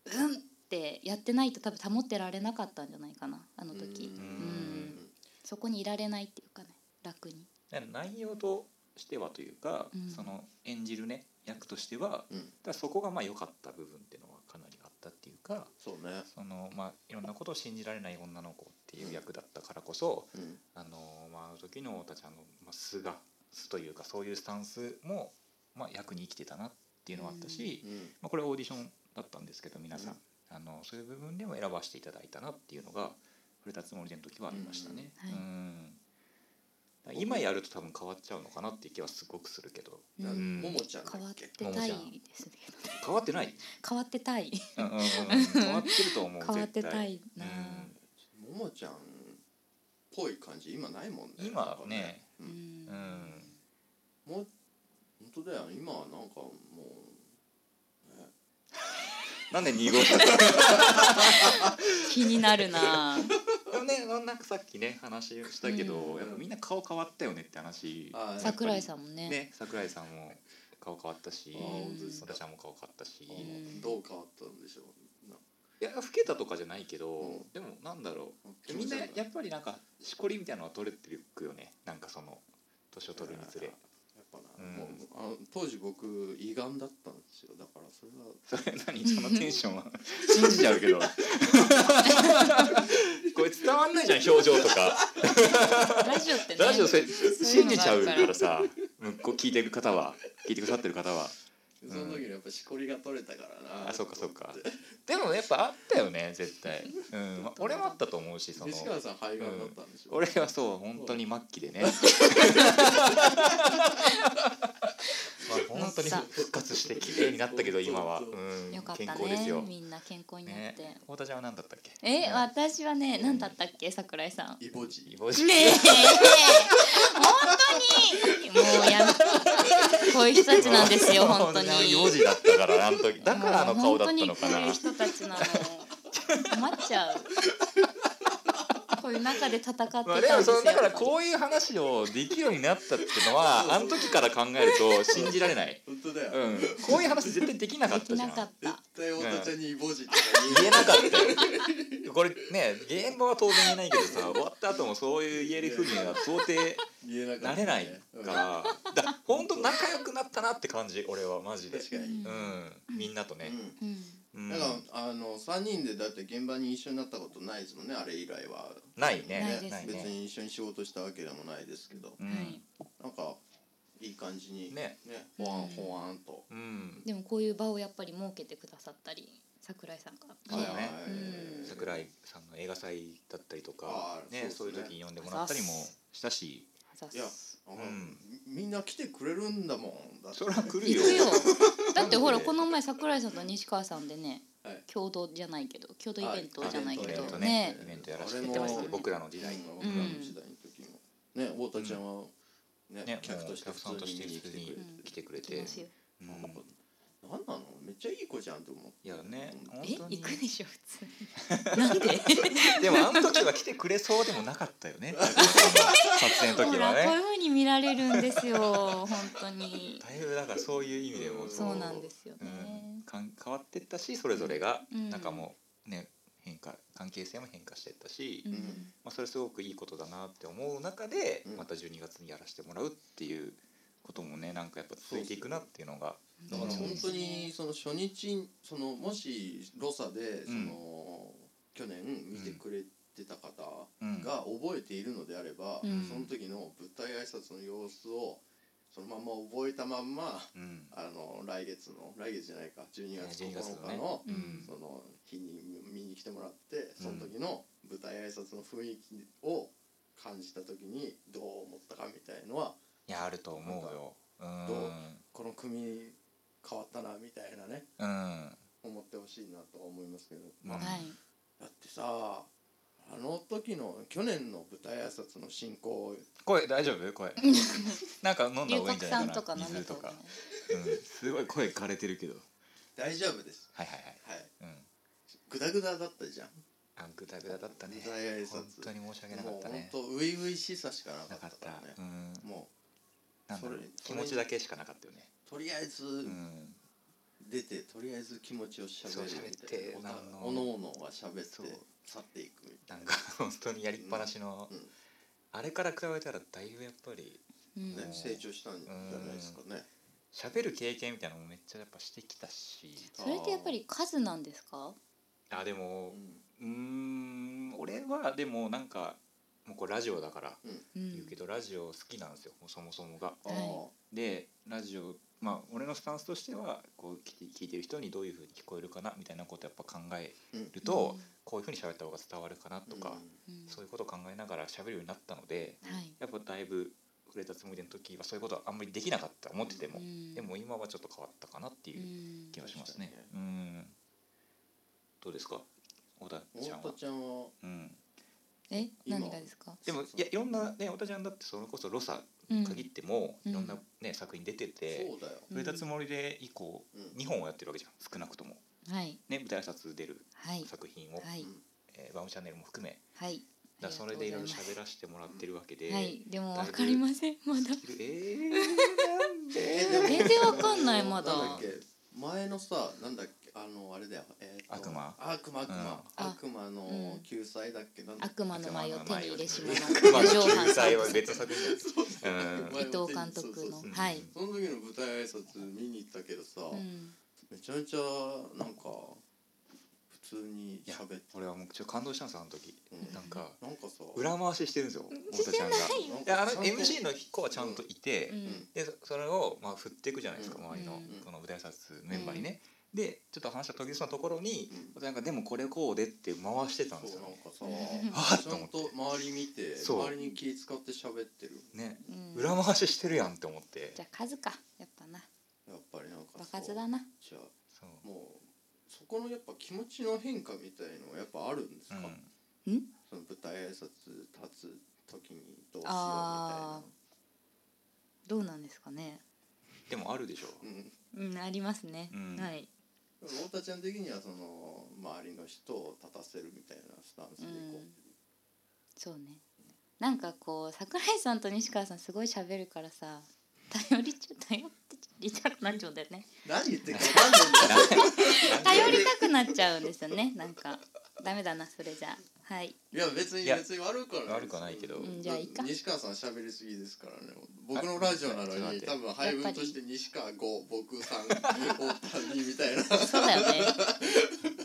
Speaker 4: ううんってやってないと多分保ってられなかったんじゃないかなあの時
Speaker 2: うん
Speaker 4: んそこにいられないっていうかね楽に
Speaker 3: だから内容としてはというか、
Speaker 4: うん
Speaker 3: その演じるね役としては、
Speaker 2: うん
Speaker 3: だからそこがまあ良かった部分っていうのはかなりあったっていうが
Speaker 2: そうね、
Speaker 3: その、まあ、いろんなことを信じられない女の子っていう役だったからこそ、
Speaker 2: うん、
Speaker 3: あのまあ、あの時の太田ちゃんの、まあ、素が素というかそういうスタンスも、まあ、役に生きてたなっていうのはあったし、
Speaker 2: うん、
Speaker 3: まあ、これはオーディションだったんですけど皆さん、
Speaker 2: うん
Speaker 3: あのそういう部分でも選ばせていただいたなっていうのが触れたつもりでの時はありましたね。
Speaker 4: うんはい
Speaker 3: うんだから今やると多分変わっちゃうのかなっていう気はすごくするけど
Speaker 4: うん
Speaker 3: うん
Speaker 2: ももちゃんだ
Speaker 4: 変わ
Speaker 2: っ
Speaker 4: っ
Speaker 2: け
Speaker 4: てたいですね
Speaker 3: 変わってない、
Speaker 4: 変わってたい
Speaker 3: うんうんうん、変わってると思う
Speaker 4: 変わって
Speaker 3: 絶
Speaker 4: た
Speaker 3: 対
Speaker 4: いな
Speaker 2: ももちゃんっぽい感じ今ないもんね
Speaker 3: 今ね、
Speaker 2: う、
Speaker 4: うんん
Speaker 3: うん
Speaker 2: もう本当だよ今はなんかもう、ね、
Speaker 3: なんで濁した
Speaker 4: 気になるな
Speaker 3: でもね、なんかさっきね話をしたけど、
Speaker 4: うん
Speaker 3: やっぱみんな顔変わったよねって話
Speaker 2: あー
Speaker 4: 桜井
Speaker 3: ん
Speaker 4: さんもね
Speaker 3: ね桜井さんも顔変わったし
Speaker 2: あー本当ですか
Speaker 3: 私はも顔変わったし、
Speaker 2: あ
Speaker 3: い
Speaker 2: ーどう変わったんでしょうな
Speaker 3: や老けたとかじゃないけど、
Speaker 2: うん
Speaker 3: でもなんだろう
Speaker 2: 気
Speaker 3: み
Speaker 2: 持ち
Speaker 3: んな
Speaker 2: 悪い
Speaker 3: やっぱりなんかしこりみたいなのは取れていくよねなんかその年を取るにつれ
Speaker 2: やっぱな、
Speaker 3: うん
Speaker 2: もうあの当時僕胃がんだったんですよだからそれは
Speaker 3: それ何そのテン ションは信じちゃうけどこれ伝わんないじゃん表情とか
Speaker 4: ラジオってね
Speaker 3: ラジオせ
Speaker 4: そういう
Speaker 3: 信
Speaker 4: の
Speaker 3: じ
Speaker 4: が
Speaker 3: ち
Speaker 4: あ
Speaker 3: ゃ
Speaker 4: る
Speaker 3: う
Speaker 4: から
Speaker 3: からさ向こう聞いてる方は聞いてくださってる方は。ん
Speaker 2: その時にやっぱしこりが取れたからな
Speaker 3: あそうかそうか
Speaker 2: と思って
Speaker 3: でもやっぱあったよね絶 対、うんまあ、俺もあったと思うしその
Speaker 2: 西川さん肺がんだったんでしょ、
Speaker 3: 俺はそう本当に末期でねまあ本当に復活して綺麗になったけど今は、うん
Speaker 4: よかっ、
Speaker 3: 健
Speaker 4: た
Speaker 3: 康ですよ
Speaker 4: ねみんな健康になっ
Speaker 3: ね
Speaker 4: て
Speaker 3: 太田ちゃんは何だったっけ
Speaker 4: え
Speaker 3: ね
Speaker 4: 私はね何だったっけ桜井さん
Speaker 2: イボジ
Speaker 3: イボジ
Speaker 4: ねえ本当にもうやめこういう人たちなんですよ本当に
Speaker 3: イボジだったからあの時だからあの顔だったのか
Speaker 4: もう本当にこうい
Speaker 3: な
Speaker 4: う人たちなの困っちゃうこういう中で戦ってたんですよ
Speaker 3: まあ、でもそのだからこういう話をできるようになったっていうのはあの時から考えると信じられない、
Speaker 2: 本当だよ、
Speaker 3: うん、こういう話絶対できなかっ
Speaker 4: で
Speaker 3: たじゃ
Speaker 4: き
Speaker 3: ん
Speaker 4: なかっ
Speaker 2: 絶
Speaker 4: た
Speaker 2: 対太田ちゃんにイボジとか
Speaker 3: 言えなかったよこれね現場は当然言えないけど さ終わった後もそういう言えるふうには到底
Speaker 2: 言え言えなか
Speaker 3: な
Speaker 2: った、
Speaker 3: れない
Speaker 2: うん
Speaker 3: からだ本当仲良くなったなって感じ俺はマジで
Speaker 2: 確かに、
Speaker 3: うんみんなとね
Speaker 2: うん
Speaker 4: うん
Speaker 3: うん
Speaker 2: だからあの3人でだって現場に一緒になったことないですもんねあれ以来は、
Speaker 3: ないね
Speaker 4: ないですね
Speaker 2: 別に一緒に仕事したわけでもないですけど、
Speaker 3: う
Speaker 4: は
Speaker 3: ん
Speaker 4: い
Speaker 2: なんかいい感じに
Speaker 3: ね
Speaker 2: ほわ
Speaker 4: うん
Speaker 2: んほわんと、
Speaker 3: うん
Speaker 4: でもこういう場をやっぱり設けてくださったり桜井さんが
Speaker 3: そうだね
Speaker 4: うん
Speaker 3: 桜井さんの映画祭だったりと
Speaker 2: あ
Speaker 3: か
Speaker 2: ー
Speaker 3: ね
Speaker 2: そ
Speaker 3: そうう
Speaker 2: です
Speaker 3: いう
Speaker 2: ね
Speaker 3: 時に呼んでもらったりもしたし
Speaker 4: あざっす
Speaker 2: いやあ
Speaker 3: ん
Speaker 2: みんな来てくれるんだもんだって
Speaker 3: それは来る
Speaker 4: 行
Speaker 3: よ
Speaker 4: くよだって
Speaker 3: な
Speaker 4: ほら
Speaker 3: んで
Speaker 4: この前桜井さんと西川さんでね
Speaker 2: はい
Speaker 4: 共同じゃないけど共同イベント
Speaker 2: は
Speaker 4: じゃない
Speaker 3: イ
Speaker 4: け
Speaker 3: ベ
Speaker 4: ど
Speaker 3: ントね
Speaker 4: ね
Speaker 3: イベントやらせていただい
Speaker 2: あれ
Speaker 3: て
Speaker 2: も
Speaker 3: 僕らの時
Speaker 2: 時代
Speaker 3: 代
Speaker 2: の僕らの時代の時も、ね太田ちゃんはね,、
Speaker 3: ね
Speaker 2: 客として
Speaker 3: お客さん
Speaker 2: 普
Speaker 3: と
Speaker 2: 通
Speaker 3: して
Speaker 2: に見
Speaker 3: 普
Speaker 2: に来
Speaker 3: 通
Speaker 2: てくれてて、
Speaker 3: に来てくれ
Speaker 4: 行き
Speaker 3: て
Speaker 4: ますよ
Speaker 3: うん
Speaker 2: なんかなんなのめっちゃいい子じゃんって思う
Speaker 3: いやね
Speaker 2: え
Speaker 3: 本
Speaker 4: え
Speaker 3: 当
Speaker 4: 行
Speaker 3: に
Speaker 4: くでしょ普通 になんで
Speaker 3: でもあの時は来てくれそうでもなかったよね撮影の
Speaker 4: ほ
Speaker 3: 時
Speaker 4: ら
Speaker 3: は
Speaker 4: こうい
Speaker 3: ね
Speaker 4: う風に見られるんですよ 本当に
Speaker 3: だいぶだからそういう意味でも
Speaker 4: そうなんですよ
Speaker 3: う
Speaker 4: ね
Speaker 3: んかん変わってったしそれぞれが
Speaker 4: うん
Speaker 3: なんかもうね変化関係性も変化してったし、
Speaker 4: うん
Speaker 2: ん
Speaker 3: まあ、それすごくいいことだなって思う中で、
Speaker 2: うん
Speaker 3: また12月にやらせてもらうっていうこともねなんかやっぱ続いていくなっていうのが
Speaker 2: だから
Speaker 3: うん
Speaker 2: 本当にその初日そのもしロサでその、去年見てくれてた方
Speaker 3: うん
Speaker 2: が覚えているのであれば、
Speaker 4: うん
Speaker 2: その時の舞台挨拶の様子をそのまま覚えたまんま
Speaker 3: うん
Speaker 2: あの来月の来月じゃないか12月
Speaker 3: 12月
Speaker 2: 9
Speaker 3: の
Speaker 2: 日
Speaker 3: ね
Speaker 2: の
Speaker 4: うん
Speaker 2: その日に見に来てもらってその時の舞台挨拶の雰囲気を感じた時にどう思ったかみたいのはい
Speaker 3: やあると思うよ。うん
Speaker 2: どうこの組変わったなみたいなね
Speaker 3: うん
Speaker 2: 思ってほしいなとは思いますけど、
Speaker 3: まあ
Speaker 4: はい
Speaker 2: だってさあの時の去年の舞台挨拶の進行
Speaker 3: 声大丈夫声なんか飲んだ
Speaker 4: 龍
Speaker 3: 方がいいん
Speaker 4: 角
Speaker 3: じゃない
Speaker 4: さんと
Speaker 3: か
Speaker 4: か
Speaker 3: な
Speaker 4: 飲め
Speaker 3: 水
Speaker 4: た
Speaker 3: と
Speaker 4: ら
Speaker 3: か
Speaker 4: ね、
Speaker 3: うん、すごい声枯れてるけど
Speaker 2: 大丈夫です
Speaker 3: はいはいはい
Speaker 2: はい
Speaker 3: うん
Speaker 2: グダグダだったじゃん
Speaker 3: あグダグダだったね
Speaker 2: 舞台挨拶
Speaker 3: 本当に申し訳なか
Speaker 2: も
Speaker 3: っ
Speaker 2: う
Speaker 3: た
Speaker 2: 本
Speaker 3: ね
Speaker 2: 当初々しさしかな
Speaker 3: な
Speaker 2: か
Speaker 3: か
Speaker 2: っ
Speaker 3: ったた
Speaker 2: からね
Speaker 3: うん
Speaker 2: も
Speaker 3: なんだろう
Speaker 2: それ
Speaker 3: 気持ちだけしかなかったよね
Speaker 2: うとりあえず
Speaker 3: うん
Speaker 2: 出て、とりあえず気持ちをしゃべるみたい
Speaker 3: そう喋って
Speaker 2: な
Speaker 3: あの
Speaker 2: おのおのはしゃべって
Speaker 3: そう
Speaker 2: 去っていくみた
Speaker 3: ないん
Speaker 2: な
Speaker 3: か本当にやりっぱなしの、
Speaker 2: うんうん
Speaker 3: あれから比べたらだいぶやっぱり
Speaker 4: うん
Speaker 2: ね、成長したんじゃないですかね
Speaker 3: 喋る経験みたいなのもめっちゃやっぱしてきたし
Speaker 4: それってやっぱり数なんですか
Speaker 3: あでもうーん俺はでもなんかもうこれラジオだから
Speaker 4: う
Speaker 3: 言うんけど、ラジオ好きなんですよもうそもそもが。
Speaker 2: あー
Speaker 3: でラジオまあ俺のスタンスとしてはこう聞い聞いてる人にどういうふうに聞こえるかなみたいなことをやっぱ考え
Speaker 2: うん
Speaker 3: ると、こういうふうに喋った方が伝わるかなとか、
Speaker 4: うんうん
Speaker 3: そういうことを考えながら喋るようになったので
Speaker 4: はい
Speaker 3: やっぱだいぶ触れたつもりの時はそういうことはあんまりできなかった思ってても、
Speaker 4: うん
Speaker 3: でも今はちょっと変わったかなっていう
Speaker 4: うん
Speaker 3: 気がしますね
Speaker 2: 確。
Speaker 3: うんどうですか小田ちゃん
Speaker 2: 太
Speaker 3: は
Speaker 2: 田。ちゃんは
Speaker 3: うん、
Speaker 4: え
Speaker 2: 今
Speaker 4: 何がですか
Speaker 3: でもいやいろんなね太田ちゃんだってそれこそロサ
Speaker 4: うん
Speaker 3: 限っても、
Speaker 4: うん
Speaker 3: いろんな、ね、作品出てて、
Speaker 2: そうだよ、
Speaker 4: うん
Speaker 3: 増えたつもりで以降、
Speaker 2: うん
Speaker 3: 日本をやってるわけじゃん少なくとも、
Speaker 4: はい
Speaker 3: ね、舞台挨拶出る
Speaker 4: はい
Speaker 3: 作品を、
Speaker 4: はい
Speaker 3: えーバウムチャンネルも含め
Speaker 4: はい
Speaker 3: だからそれでいろいろ
Speaker 4: べ
Speaker 3: 喋らせてもらってるわけで、
Speaker 4: はいでも
Speaker 3: だい
Speaker 4: わ
Speaker 3: ぶ
Speaker 4: かりませんまだ
Speaker 3: えー、なんで
Speaker 4: 全然わかんないまだ
Speaker 2: なんだっけ前のさなんだっけあのあれだよ、えーと
Speaker 3: 悪魔
Speaker 2: 悪魔悪魔、
Speaker 4: うん
Speaker 2: 悪魔
Speaker 4: う
Speaker 2: の
Speaker 4: ん
Speaker 2: 救済だっけなんだっけ
Speaker 4: 悪魔の舞を手に入れしまの
Speaker 3: まあ
Speaker 4: 上半
Speaker 3: 救
Speaker 4: さん
Speaker 3: 済は別作品だよ
Speaker 2: うん
Speaker 4: 伊藤監督
Speaker 2: そうそう
Speaker 4: の
Speaker 2: そう
Speaker 4: はい、
Speaker 2: その時の舞台挨拶見に行ったけどさ、
Speaker 4: うん、
Speaker 2: めちゃめちゃなんか普通に喋って
Speaker 3: 俺はもうちょっと感動したんですよあの時、
Speaker 2: うん
Speaker 3: なんか
Speaker 2: なんかさ
Speaker 3: 裏回ししてるんですよ太田ちゃんが。
Speaker 2: なん
Speaker 3: であ
Speaker 2: か
Speaker 3: の
Speaker 2: ちゃんと
Speaker 3: MC の子はちゃんといて、
Speaker 4: うん
Speaker 3: でそそれをまあ振っていくじゃないですか、
Speaker 2: うん
Speaker 3: 周りの
Speaker 2: うん
Speaker 3: この舞台挨拶メンバーにね、でちょっと話した時そのところに、
Speaker 2: うん
Speaker 3: なんかでもこれこうでって回してたんです
Speaker 2: そう
Speaker 3: よ
Speaker 2: なん
Speaker 3: ね
Speaker 2: かさ
Speaker 4: うん
Speaker 3: はっ
Speaker 2: ち
Speaker 3: と
Speaker 2: ゃ
Speaker 3: 思
Speaker 2: ん
Speaker 3: っ
Speaker 2: と
Speaker 3: て
Speaker 2: 周り見て
Speaker 3: そう
Speaker 2: 周りに気使って喋ってる
Speaker 3: ね
Speaker 4: うん
Speaker 3: 裏回ししてるやんって思って
Speaker 4: じゃあ数かやっぱな
Speaker 2: やっぱりなんか
Speaker 4: 場
Speaker 2: そう
Speaker 4: 数だな
Speaker 2: じゃあ
Speaker 3: そう
Speaker 2: もうそこのやっぱ気持ちの変化みたいのはやっぱあるんですか、
Speaker 3: うん
Speaker 2: その舞台挨拶立つ時にどうしようみたい
Speaker 4: あ
Speaker 2: な
Speaker 4: どうなんですかね
Speaker 3: でもあるでしょ
Speaker 2: うん
Speaker 4: うんありますね、
Speaker 3: うん
Speaker 4: はい
Speaker 2: でも太田ちゃん的にはその周りの人を立たせるみたいなスタンスでこ
Speaker 4: そうねなんかこう桜井さんと西川さんすごい喋るからさ頼りちゃ頼ってりたくなっちゃうんだよね
Speaker 2: う、何言ってるか分かんないんだよ
Speaker 4: 頼りたくなっちゃうんですよねなんかダメだなそれじゃあはい
Speaker 2: いや別に
Speaker 3: いや
Speaker 2: 別に悪くはない
Speaker 3: 悪くはないけど
Speaker 4: うんじゃあいいか
Speaker 2: 西川さん喋りすぎですからね僕のラジオな
Speaker 3: ちょっと
Speaker 2: の
Speaker 3: 待
Speaker 2: に
Speaker 3: って
Speaker 2: 多分配分として西川5僕3 太田2みたいな
Speaker 4: そうだよね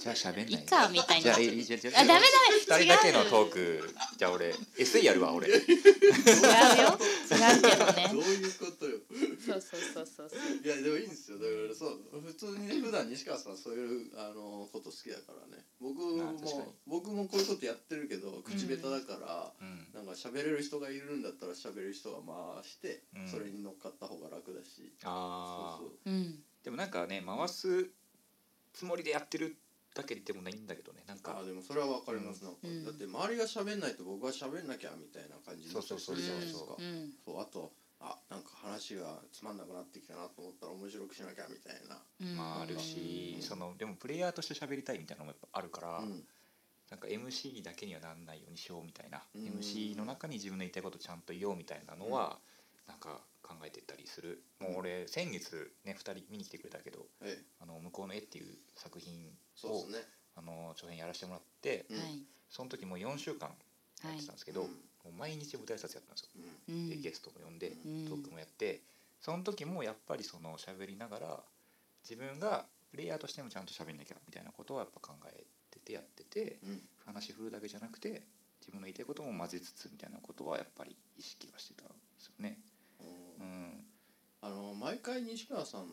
Speaker 3: じゃあ喋ん
Speaker 4: いいかみたい
Speaker 3: じ
Speaker 4: な
Speaker 3: ゃ
Speaker 4: あ
Speaker 3: あ
Speaker 4: ダ
Speaker 3: い
Speaker 4: メ
Speaker 3: いじゃあじゃあ
Speaker 4: ダメ
Speaker 3: 二人
Speaker 4: 違う
Speaker 3: だけのトークじゃあ俺 SE やるわ俺
Speaker 4: 違うよ違うけど
Speaker 2: どう
Speaker 4: ね
Speaker 2: いうことよ
Speaker 4: そうそうそうそうそう
Speaker 2: いやでもいいんですよだからそう普通にね普段西川さんそういうあのこと好きだからね僕
Speaker 3: まあ確かに
Speaker 2: も僕もこういうことやってるけど口下手だから、
Speaker 3: うん
Speaker 2: なんか喋れる人がいるんだったら喋る人が回して、
Speaker 3: うん
Speaker 2: それに乗っかった方が楽だし
Speaker 3: あ
Speaker 2: そう
Speaker 3: ー
Speaker 2: そう
Speaker 4: うん
Speaker 3: でもなんかね回すつもりでやってるだけでもないんだけどねなん
Speaker 2: あ
Speaker 3: か
Speaker 2: ーでもそれはわかりますなんか、
Speaker 4: うん
Speaker 2: だって周りが喋んないと僕は喋んなきゃみたいな感じになったりす
Speaker 3: そう
Speaker 2: るじゃ
Speaker 3: そ
Speaker 2: な
Speaker 3: う
Speaker 2: いですか、
Speaker 4: うんうん
Speaker 2: そうあとあなんか話がつまんなくなってきたなと思ったら面白くしなきゃみたいな、
Speaker 4: うん
Speaker 3: まああるし
Speaker 2: うん
Speaker 3: そのでもプレイヤーとして喋りたいみたいなのもやっぱあるから、
Speaker 2: うん
Speaker 3: なんか MC だけにはなんないようにしようみたいな、
Speaker 2: うん
Speaker 3: MC の中に自分の言いたいことちゃんと言おうみたいなのは、なんか考えてったりするもう俺先月ね2人見に来てくれたけど
Speaker 2: ええ
Speaker 3: 「あの向こうの絵」っていう作品
Speaker 2: そう
Speaker 3: を、
Speaker 2: ですね
Speaker 3: あの長編やらせてもらって
Speaker 2: うん
Speaker 4: はい
Speaker 3: その時もう4週間や
Speaker 4: は
Speaker 3: っ
Speaker 4: い
Speaker 3: てたんですけど、
Speaker 2: うん
Speaker 3: もう毎日舞台挨拶やったんですよ、
Speaker 2: うん
Speaker 4: う
Speaker 3: で
Speaker 4: ん
Speaker 3: ゲストも呼んで、
Speaker 4: うん
Speaker 3: トークもやってその時もやっぱりその喋りながら自分がプレイヤーとしてもちゃんと喋んなきゃみたいなことはやっぱ考えててやってて。
Speaker 2: うん
Speaker 3: 話振るだけじゃなくて自分の言いたいことも混ぜつつみたいなことはやっぱり意識はしてたんですよね。
Speaker 2: うん
Speaker 3: うん、
Speaker 2: あの毎回西川さん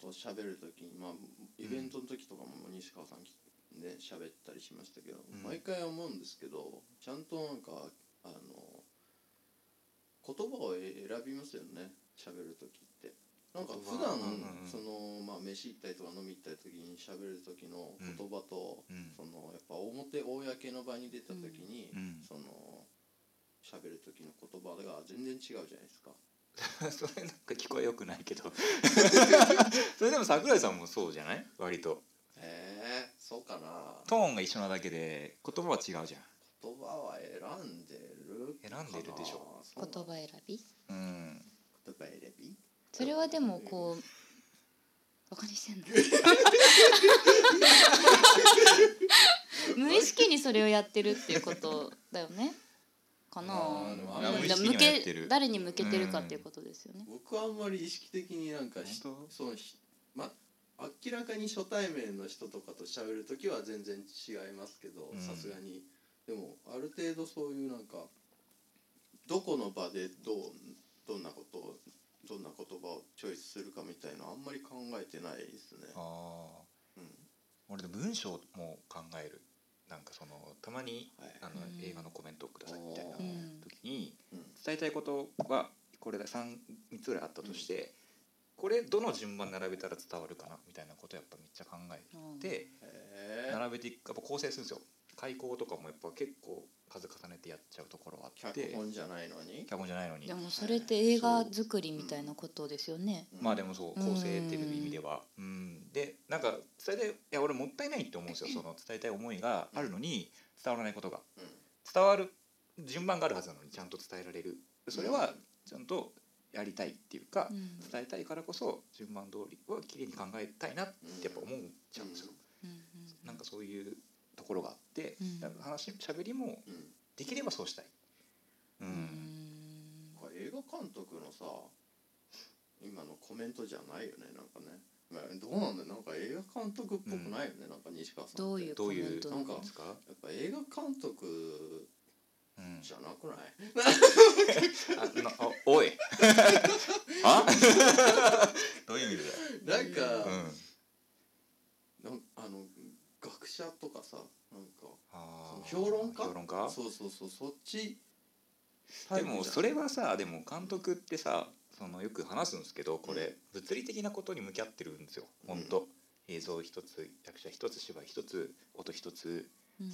Speaker 2: と喋る時に、まあ、イベントの時とかも西川さんきね喋ったりしましたけど、
Speaker 3: うん
Speaker 2: 毎回思うんですけどちゃんとなんかあの言葉を選びますよね喋る時って。なんか普段、
Speaker 3: 言葉うんうんうん
Speaker 2: そのまあ飯行ったりとか飲み行ったり時に喋る時の言葉と、
Speaker 3: うん
Speaker 2: そのやっぱ表公の場に出た時に、
Speaker 3: うん
Speaker 2: その喋る時の言葉が全然違うじゃないですか。
Speaker 3: それなん か聞こえよくない けどそれでも桜井さんもそうじゃない割と
Speaker 2: えー、そうかな
Speaker 3: トーンが一緒なだけで言葉は違うじ
Speaker 2: 言葉は選んでるかな
Speaker 3: 選んでるでしょ
Speaker 2: そう
Speaker 4: 言葉選び
Speaker 3: ゃん。うん、
Speaker 2: 言葉選び
Speaker 4: それはでもこうバカにしてん の無意識にそれをやってるっていうことだよねかな
Speaker 2: あーでもあんまり
Speaker 4: うん
Speaker 2: 無意
Speaker 4: だ
Speaker 3: 識
Speaker 4: 向
Speaker 3: にはやってる
Speaker 4: け誰に向けてるかっていうことですよね
Speaker 2: 僕はあんまり意識的になんかし
Speaker 3: 本
Speaker 2: そうひまあ
Speaker 5: 明らかに初対面の人とかと喋る時は全然違いますけど
Speaker 3: うん
Speaker 5: さすがにでもある程度そういうなんかどこの場でどうどんなことをどんな言葉をチョイスするかみたいなあんまり考えてないですね。
Speaker 3: ああ
Speaker 5: うん
Speaker 3: 俺でも文章も考えるなんかそのたまに
Speaker 5: はい
Speaker 3: あの
Speaker 4: うん
Speaker 3: 映画のコメントをくださいみたいな
Speaker 5: あ
Speaker 4: う
Speaker 5: ー
Speaker 4: ん
Speaker 3: 時に
Speaker 5: うん
Speaker 3: 伝えたいことがこれで 3, 三つぐらいあったとして、これどの順番並べたら伝わるかなみたいなことやっぱめっちゃ考え
Speaker 4: うん
Speaker 3: て
Speaker 5: へー
Speaker 3: 並べていくやっぱ構成するんですよ開口とかもやっぱ結構数重ねてやっちゃうところはあって
Speaker 2: 脚
Speaker 3: 脚
Speaker 2: 本じゃないのに
Speaker 3: 本じゃないのに
Speaker 4: でもそれって映画作りみたいなことですよね。
Speaker 3: まあでもそう
Speaker 4: うん
Speaker 3: 構成っていう意味ではうんでなんか伝えたいいや俺もったいないって思うんですよその伝えたい思いがあるのに伝わらないことが
Speaker 2: うん
Speaker 3: 伝わる順番があるはずなのにちゃんと伝えられるそれはちゃんとやりたいっていうか
Speaker 4: うん
Speaker 3: 伝えたいからこそ順番通りは綺麗に考えたいなってやっぱ思っちゃうんですよ
Speaker 4: うんうん
Speaker 3: なんかそういうところがあって
Speaker 4: うん
Speaker 3: だから話しゃべりも
Speaker 2: うん
Speaker 3: できればそうしたい。う
Speaker 4: うんん
Speaker 2: なんか映画監督のさ今のコメントじゃないよねなんかね、まあ、どうなんだよなんか映画監督っぽくないよね、なんか西川さんって
Speaker 4: どういう
Speaker 3: ど
Speaker 4: コ
Speaker 3: う
Speaker 4: メ
Speaker 3: い
Speaker 4: ン
Speaker 3: う
Speaker 4: ト
Speaker 2: なんか
Speaker 3: ですか、
Speaker 2: やっぱ映画監督
Speaker 3: うん
Speaker 2: じゃなくない、
Speaker 3: あなあお いあ どういう意味だよ、
Speaker 5: なんか、
Speaker 3: うん、
Speaker 2: なんあの学者とかさなんか
Speaker 3: あー
Speaker 2: その評論家
Speaker 3: 評論家
Speaker 2: そうそうそうそっち
Speaker 3: でもそれはさでも監督ってさそのよく話すんですけどこれ、物理的なことに向き合ってるんですよ本当、映像一つ役者一つ芝居一つ音一つ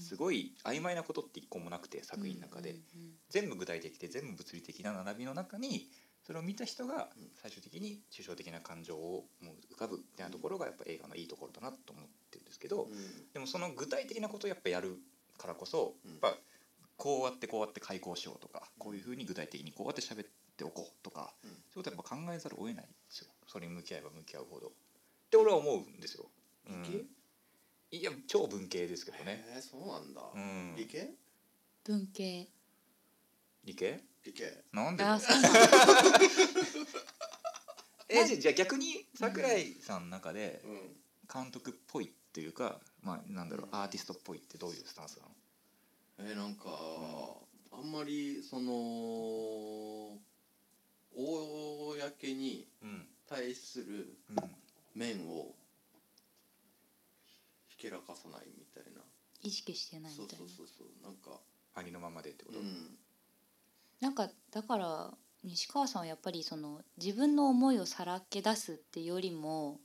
Speaker 3: すごい曖昧なことって一個もなくて作品の中で、。
Speaker 4: うんうん
Speaker 3: 全部具体的で全部物理的な並びの中にそれを見た人が
Speaker 2: うん
Speaker 3: 最終的に抽象的な感情をもう浮かぶみたいなところがやっぱ映画のいいところだなと思ってるんですけど、でもその具体的なことをやっぱやるからこそ、
Speaker 2: うん
Speaker 3: やっぱこうやってこうやって開口しようとかこういうふうに具体的にこうやって喋っておこうとか、
Speaker 2: うん
Speaker 3: そういうことはやっぱ考えざるを得ないんですよそれに向き合えば向き合うほど。って俺は思うんですよ。うん
Speaker 2: 理
Speaker 3: いや超文系ですけどね。
Speaker 2: えー、そうなんだ、
Speaker 3: うん、
Speaker 2: 理系
Speaker 4: 文系。
Speaker 3: 理系
Speaker 2: 理系
Speaker 3: なんでだよ
Speaker 4: あ、そう
Speaker 3: えじゃあじゃあ逆に桜井さんの中で
Speaker 2: うん
Speaker 3: 監督っぽいっていうか、まあ、なんだろうアーティストっぽいってどういうスタンスなの
Speaker 2: えー、なんかあんまりその公に
Speaker 3: うん
Speaker 2: 対する
Speaker 3: うん
Speaker 2: 面をひけらかさないみたいな
Speaker 4: 意識してない
Speaker 2: そ
Speaker 4: み
Speaker 2: う
Speaker 4: たい
Speaker 2: そ
Speaker 4: な
Speaker 2: う。そうそうなんか
Speaker 3: ありのままでってこと、
Speaker 2: うん
Speaker 4: なんかだから西川さんはやっぱりその自分の思いをさらけ出すってよりも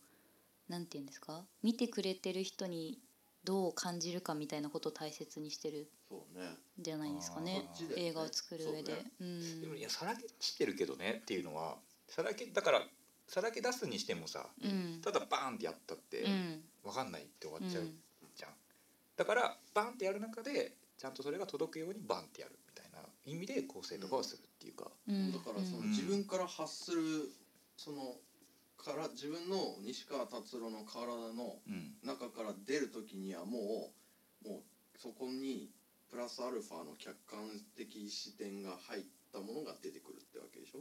Speaker 4: なんて言うんですか見てくれてる人にどう感じるかみたいなことを大切にしてる
Speaker 2: そうね
Speaker 4: んじゃないですか
Speaker 3: あー
Speaker 4: ね
Speaker 3: こっち
Speaker 2: だよね
Speaker 4: 映画を作る上
Speaker 2: そ
Speaker 4: で
Speaker 2: うね。
Speaker 4: うん
Speaker 3: でもいやさらけ出してるけどねっていうのはさらけだからさらけ出すにしてもさ
Speaker 4: うん
Speaker 3: ただバーンってやったって
Speaker 4: うん
Speaker 3: 分かんないって終わ
Speaker 4: う
Speaker 3: っちゃうんじゃん、だからバーンってやる中でちゃんとそれが届くようにバーンってやるみたいな意味で構成とかをするっていうか、
Speaker 4: うん
Speaker 2: だからその
Speaker 3: うん
Speaker 2: 自分から発するそのから自分の西川達郎の体の
Speaker 3: うん
Speaker 2: 中から出る時にはもうもうそこにプラスアルファの客観的視点が入ったものが出てくるってわけでしょ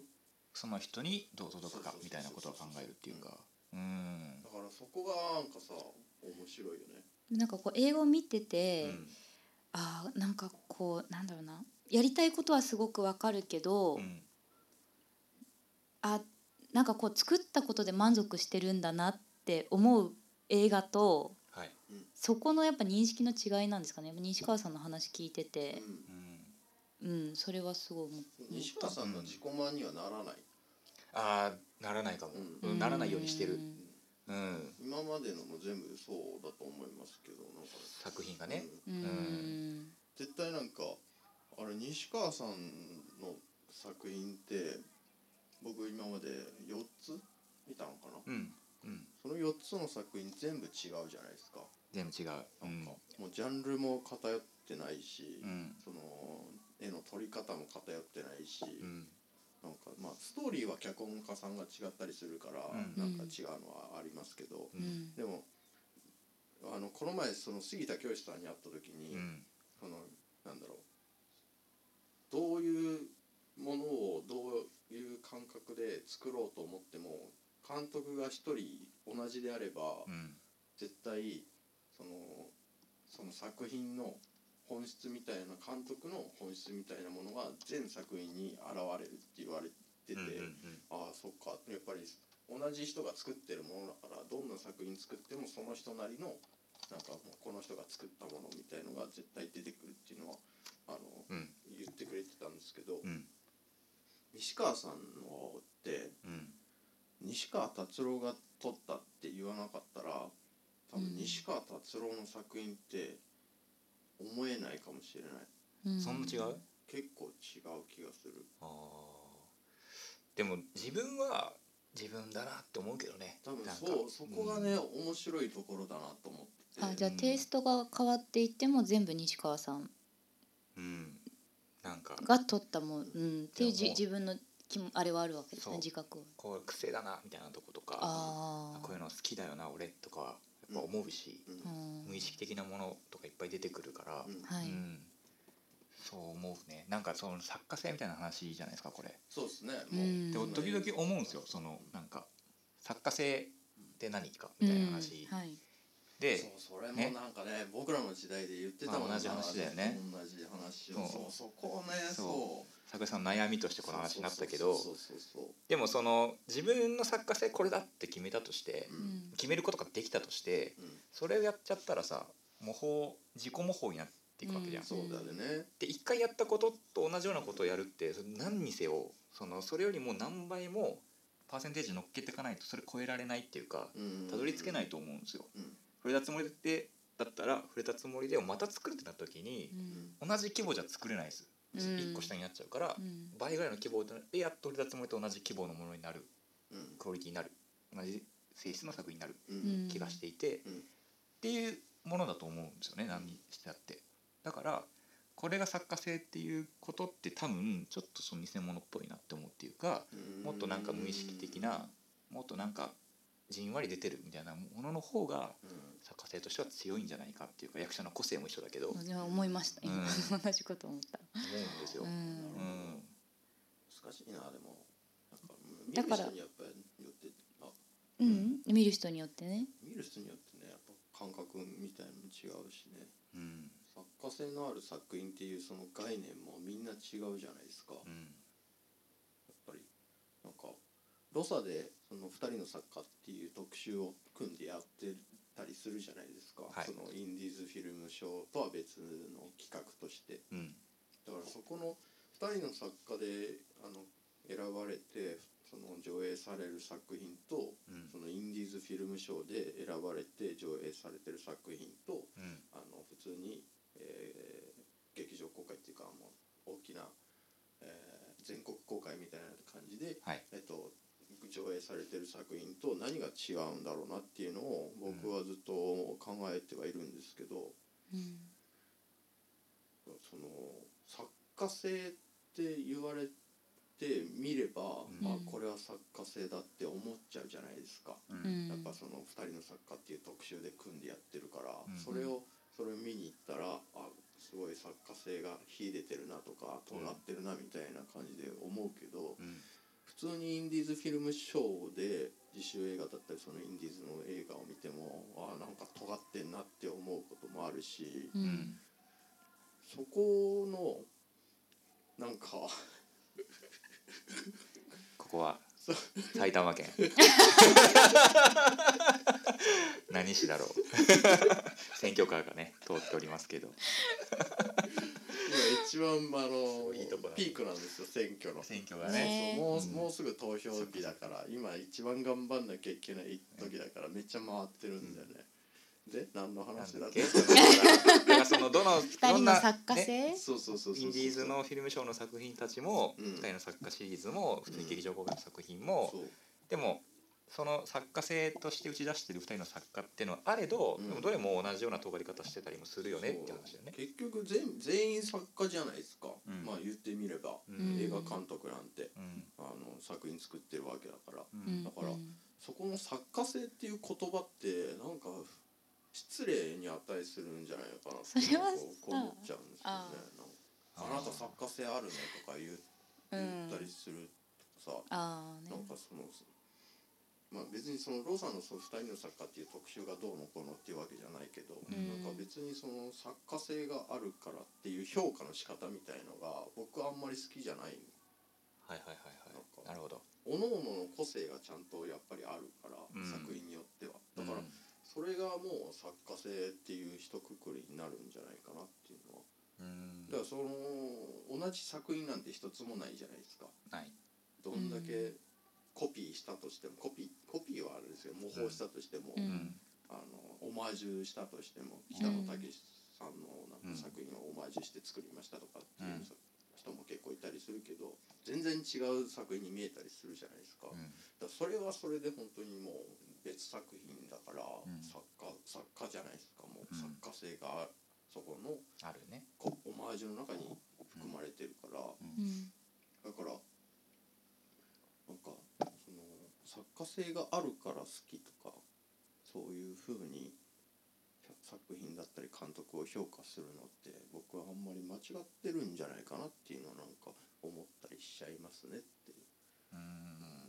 Speaker 3: その人にどう届くかみたいなことを考えるっていうかうん
Speaker 2: だからそこがなんかさ面白いよね
Speaker 4: なんかこう映画を見て
Speaker 3: う
Speaker 4: て、
Speaker 3: ん
Speaker 4: あーなんかこうなんだろうなやりたいことはすごくわかるけど、
Speaker 3: うん
Speaker 4: あなんかこう作ったことで満足してるんだなって思う映画と
Speaker 3: はい
Speaker 4: そこのやっぱ認識の違いなんですかねやっぱ西川さんの話聞いてて
Speaker 2: うん
Speaker 3: うん
Speaker 4: うんそれはすごい思う
Speaker 2: 西川さんの自己満にはならない、
Speaker 3: ああならないかも、
Speaker 2: う
Speaker 3: うんならないようにしてる、うん、
Speaker 2: 今までのも全部そうだと思いますけどなんか
Speaker 3: 作品がね
Speaker 2: うん
Speaker 4: うんうん
Speaker 2: 絶対なんかあれ西川さんの作品って僕今まで4つ見たのかな
Speaker 3: うんうん
Speaker 2: その4つの作品全部違うじゃないですか
Speaker 3: 全部違ううん
Speaker 2: もうジャンルも偏ってないし、
Speaker 3: うん
Speaker 2: その絵の撮り方も偏ってないし、
Speaker 3: うん
Speaker 2: なんかまあストーリーは脚本家さんが違ったりするから、
Speaker 3: うん
Speaker 2: なんか違うのはありますけど、
Speaker 3: う
Speaker 4: うんん
Speaker 2: でもあのこの前その杉田教師さんに会った時に、
Speaker 3: うん
Speaker 2: そのなんだろうどういうものをどういう感覚で作ろうと思っても監督が一人同同じであれば
Speaker 3: うん
Speaker 2: 絶対そのその作品の本質みたいな監督の本質みたいなものが全作品に現れるって言われてて、
Speaker 3: うんうん
Speaker 2: ああそっかやっぱり同じ人が作ってるものだからどんな作品作ってもその人なりのなんかもうこの人が作ったものみたいのが絶対出てくるっていうのはあの
Speaker 3: うんうん
Speaker 2: 言ってくれてたんですけど、
Speaker 3: うん
Speaker 2: 西川さんのって
Speaker 3: うん
Speaker 2: 西川達郎が撮ったって言わなかったら多
Speaker 4: うん
Speaker 2: 分西川達郎の作品って思えないかもしれない
Speaker 4: うん
Speaker 3: そんな違う
Speaker 2: 結構違う気がする
Speaker 3: あーでも自分は自分だなって思うけどね
Speaker 2: 多分
Speaker 3: なんか
Speaker 2: そうそこがね、面白いところだなと思ってて
Speaker 4: あじゃあ
Speaker 3: うん
Speaker 4: テイストが変わっていっても全部西川さん
Speaker 3: うん、うんなんか
Speaker 4: が取ったもん、うん、っていう
Speaker 3: いやも
Speaker 4: じ
Speaker 3: う
Speaker 4: 自分の気もあれはあるわけです
Speaker 3: そう
Speaker 4: ね自覚は
Speaker 3: こう癖だなみたいなとことか
Speaker 4: あ
Speaker 3: こういうの好きだよな俺とかはやっぱ思うし、
Speaker 2: うん
Speaker 4: あ、うん
Speaker 3: 無意識的なものとかいっぱい出てくるから、
Speaker 2: うん
Speaker 4: はい、
Speaker 3: うんそう思うねなんかその作家性みたいな話じゃないですかこれ。
Speaker 2: そうですね
Speaker 4: うん
Speaker 3: でも時々思うんですよそのなんか作家性って何かみたいな話、
Speaker 4: うんはい、
Speaker 3: で
Speaker 2: そうそれも
Speaker 3: ね
Speaker 2: なんかね僕らの時代で言ってたもんな
Speaker 3: まあ同じ話だよね
Speaker 2: 同じ話
Speaker 3: そ
Speaker 2: を
Speaker 3: う
Speaker 2: そうそこをね
Speaker 3: そう
Speaker 2: そ
Speaker 3: 作家さんの悩みとし
Speaker 2: う
Speaker 3: てこの話になったけど
Speaker 2: そうそうそうそう
Speaker 3: でもその自分の作家性これだって決めたとして
Speaker 2: う
Speaker 4: うんん
Speaker 3: 決めることができたとして
Speaker 2: うん
Speaker 3: それをやっちゃったらさ模倣自己模倣になっていくわけじゃん。
Speaker 4: うん
Speaker 2: そうだよね
Speaker 3: で一回やったことと同じようなことをやるってそれ何にせよそのそれよりも何倍もパーセンテージ乗っけていかないとそれ超えられないっていうか
Speaker 2: うん
Speaker 3: たどり着けないと思うんですよ。
Speaker 2: うん
Speaker 3: 触れたつもりでだったら触れたつもりでまた作るってなった時に
Speaker 4: う、ん
Speaker 3: 同じ規模じゃ作れないです、
Speaker 4: うん
Speaker 3: 一個下になっちゃうから、
Speaker 4: うん
Speaker 3: 倍ぐらいの規模でやっと触れたつもりと同じ規模のものになる
Speaker 2: うん
Speaker 3: クオリティになる同じ性質の作品になる
Speaker 2: う
Speaker 4: うんん
Speaker 3: 気がしていて、
Speaker 2: うん
Speaker 3: っていうものだと思うんですよね何にしてだって。だからこれが作家性っていうことって多分ちょっとその偽物っぽいなって思うっていうかもっとなんか無意識的なもっとなんかじんわり出てるみたいなものの方が
Speaker 2: うん
Speaker 3: 作家性としては強いんじゃないかっていうか役者の個性も一緒だけど思うんで
Speaker 4: でも思いました今、
Speaker 3: う
Speaker 4: 同じこと思った、
Speaker 3: すよ。
Speaker 4: う
Speaker 3: うん
Speaker 4: ん
Speaker 2: なる難しいなでもなんか見
Speaker 4: だ
Speaker 2: る
Speaker 4: から
Speaker 2: 人にやっぱりよってあ
Speaker 4: うん、見る人によってね
Speaker 2: 見る人によってねやっぱ感覚みたいのも違うしね
Speaker 3: うん
Speaker 2: 作家性のある作品っていうその概念もみんな違うじゃないですか、
Speaker 3: う
Speaker 2: やっ
Speaker 3: ん
Speaker 2: ぱりなんかロサでその2人の作家っていう特集を組んでやってたりするじゃないですか、
Speaker 3: はい
Speaker 2: そのインディーズフィルム賞とは別の企画として
Speaker 3: うん
Speaker 2: だからそこの2人の作家であの選ばれてその上映される作品と
Speaker 3: うん
Speaker 2: そのインディーズフィルム賞で選ばれて上映されてる作品と
Speaker 3: うん
Speaker 2: あの普通に、えー劇場公開っていうかもう大きな、えー全国公開みたいな感じで、
Speaker 3: はい
Speaker 2: えっと、上映されてる作品と何が違うんだろうなっていうのを僕はずっと考えてはいるんですけど、
Speaker 4: うん
Speaker 2: その作家性って言われてみれば、
Speaker 3: うん
Speaker 2: あこれは作家性だって思っちゃうじゃないですか。
Speaker 3: う
Speaker 4: うんん
Speaker 2: やっぱその2人の作家っていう特集で組んでやってるから、
Speaker 3: うん
Speaker 2: それをそれを見に行ったらあすごい作家性が秀でてるなとか尖ってるなみたいな感じで思うけど、
Speaker 3: うん
Speaker 2: 普通にインディーズフィルムショーで自主映画だったりそのインディーズの映画を見てもあなんか尖ってんなって思うこともあるし
Speaker 4: う
Speaker 3: うんん
Speaker 2: そこのなんか
Speaker 3: ここは埼玉県何市だろう選挙カーがね通っておりますけど
Speaker 2: 今一番あ の
Speaker 3: いいとこだ
Speaker 2: ピークなんですよ選挙の。
Speaker 3: 選挙
Speaker 4: が
Speaker 3: が
Speaker 2: そう
Speaker 3: ね
Speaker 4: ね
Speaker 2: そうもう,、
Speaker 3: うん
Speaker 2: もうすぐ投票日だから今一番頑張んなきゃいけない時だからめっちゃ回ってるんだよね、で何の
Speaker 3: なん
Speaker 2: 話
Speaker 3: だ
Speaker 2: だ
Speaker 3: っ
Speaker 2: っ
Speaker 3: け
Speaker 2: け
Speaker 3: だからそのどの
Speaker 4: 二人の
Speaker 3: どんな
Speaker 4: 作家
Speaker 3: ね
Speaker 4: 性、
Speaker 2: そうそうそうそうそう
Speaker 3: インディーズのフィルムショーの作品たちも、
Speaker 2: うん
Speaker 3: 二人の作家シリーズも普通に劇場公開の作品も、
Speaker 2: そう
Speaker 3: でもその作家性として打ち出してる2人の作家っていうのはあれど、
Speaker 2: うん
Speaker 3: でもどれも同じような尖り方してたりもするよねって話だよね。
Speaker 2: 結局全全員作家じゃないですか、
Speaker 3: うん
Speaker 2: まあ言ってみれば、
Speaker 4: うん
Speaker 2: 映画監督なんて
Speaker 3: うん
Speaker 2: あの作品作ってるわけだから
Speaker 3: う
Speaker 4: うんん
Speaker 2: だから
Speaker 4: うん
Speaker 2: そこの作家性っていう言葉ってなんか失礼に値するんじゃないのかなって
Speaker 4: それ
Speaker 2: な
Speaker 4: は
Speaker 2: んかこう思っちゃうんですよね
Speaker 4: あ
Speaker 2: なんかあなた作家性あるねとか言う
Speaker 4: う
Speaker 2: 言
Speaker 4: ん
Speaker 2: ったりするとかさ、
Speaker 4: ああね
Speaker 2: なんかそのまあ、別にそのローさんのその2人の作家っていう特集がどうのこうのっていうわけじゃないけど、
Speaker 4: ん
Speaker 2: なんか別にその作家性があるからっていう評価の仕方みたいのが僕はあんまり好きじゃない
Speaker 3: はいはいはいはいなるほど
Speaker 2: 各々の個性がちゃんとやっぱりあるから、
Speaker 3: うん
Speaker 2: 作品によってはだから
Speaker 3: うん
Speaker 2: それがもう作家性っていう一括りになるんじゃないかなっていうのは
Speaker 3: うん
Speaker 2: だからその同じ作品なんて一つもないじゃないですか
Speaker 3: ない
Speaker 2: どんだけコピーしたとしてもコピーコピーはあれですよ模倣したとしても、
Speaker 4: うん
Speaker 3: うん
Speaker 2: あのオマージュしたとしても北野武さんのなんか作品をオマージュして作りましたとかっていう
Speaker 3: うん
Speaker 2: 人も結構いたりするけど全然違う作品に見えたりするじゃないですか,、
Speaker 3: うん
Speaker 2: だからそれはそれで本当にもう別作品だから、
Speaker 3: ん
Speaker 2: 作家作家じゃないですかもう
Speaker 3: うん
Speaker 2: 作家性がそこの
Speaker 3: あるね
Speaker 2: こオマージュの中に含まれてるから。
Speaker 4: うん
Speaker 2: だからなんかその作家性があるから好きとかそういうふうに作品だったり監督を評価するのって僕はあんまり間違ってるんじゃないかなっていうのはなんか思ったりしちゃいますねっていう
Speaker 3: う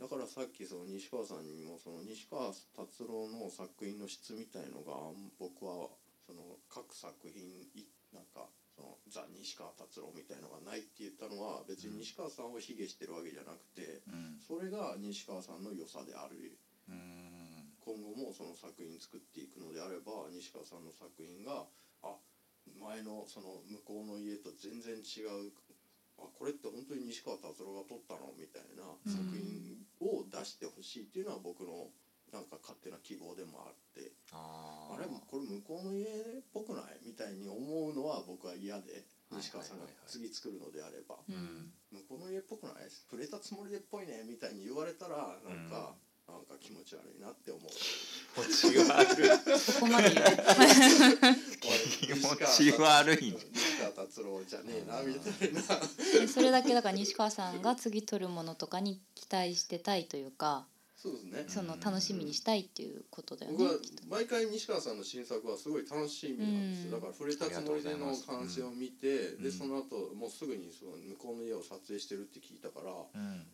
Speaker 3: ん
Speaker 2: だからさっきその西川さんにもその西川達郎の作品の質みたいのがあん僕はその各作品いなんかそのザ・西川達郎みたいのがないって言ったのは別に西川さんを卑下してるわけじゃなくて
Speaker 3: うん
Speaker 2: それが西川さんの良さである
Speaker 3: うん
Speaker 2: 今後もその作品作っていくのであれば西川さんの作品があ前のその向こうの家と全然違うあこれって本当に西川達郎が撮ったのみたいな
Speaker 4: うん
Speaker 2: 作品を出してほしいっていうのは僕のなんか勝手な希望でもあって
Speaker 3: あ
Speaker 2: あ
Speaker 3: ー
Speaker 2: れこれ向こうの家っぽくないみたいに思うのは僕は嫌で
Speaker 3: はいはいはいはい
Speaker 2: 西川さんが次作るのであれば。
Speaker 4: うん
Speaker 2: 向こうの家っぽくない触れたつもりでっぽいねみたいに言われたらなんか、なんか気持ち悪いなって思う
Speaker 3: 気持ち悪い
Speaker 4: ここまで言う
Speaker 2: 気
Speaker 3: 気持ち悪いね
Speaker 2: 西川達郎じゃねえなみたいな
Speaker 4: でそれだけだから西川さんが次撮るものとかに期待してたいというか
Speaker 2: そうですね
Speaker 4: その楽しみにしたいっていうことだよね
Speaker 2: 僕は毎回西川さんの新作はすごい楽しみなんですよ、
Speaker 4: うん
Speaker 2: だから触れたつもりで
Speaker 3: ありがとう
Speaker 2: の感
Speaker 3: ございます
Speaker 2: じを見て、
Speaker 3: うん
Speaker 2: でその後もうすぐにその向こうの家を撮影してるって聞いたから
Speaker 3: うん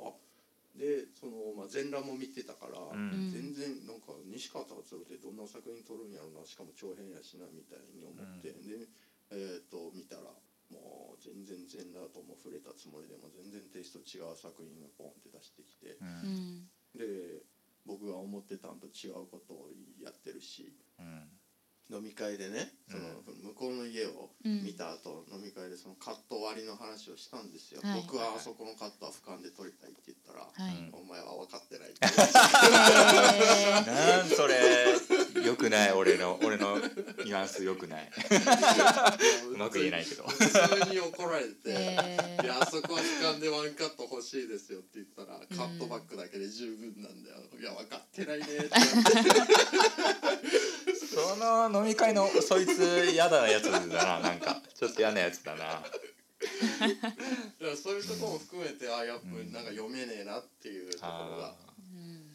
Speaker 2: でその、まあ、全裸も見てたから、
Speaker 3: うん
Speaker 2: 全然なんか西川達郎ってどんな作品撮るんやろなしかも長編やしなみたいに思って、でえっ、と見たらもう全然全裸とも触れたつもりでも全然テイスト違う作品がポンって出してきて
Speaker 3: う
Speaker 4: うんん
Speaker 2: で僕が思ってたんと違うことをやってるし
Speaker 3: うん
Speaker 2: 飲み会でねその向こうの家を
Speaker 4: うん
Speaker 2: 見た後飲み会でそのカット割りの話をしたんですよ、
Speaker 4: はい
Speaker 2: 僕はあそこのカットは俯瞰で撮りたいって言ったら「
Speaker 4: はい、
Speaker 3: うん
Speaker 2: お前は分かってない」って
Speaker 4: え
Speaker 3: な
Speaker 4: ー
Speaker 3: んそれよくない俺の俺のニュアンスよくない うまく言えないけど
Speaker 2: 普通に怒られて「
Speaker 4: え ー
Speaker 2: いやあそこは俯瞰でワンカット欲しいですよ」って言ったら、カットバックだけで十分なんだよ「いや分かってないね」っ て言って
Speaker 3: その飲み会のそいつ嫌なやつだななんかちょっと嫌なやつだな
Speaker 2: だからそういうとこも含めてあやっぱなんか読めねえなっていうところが
Speaker 3: あ
Speaker 4: うん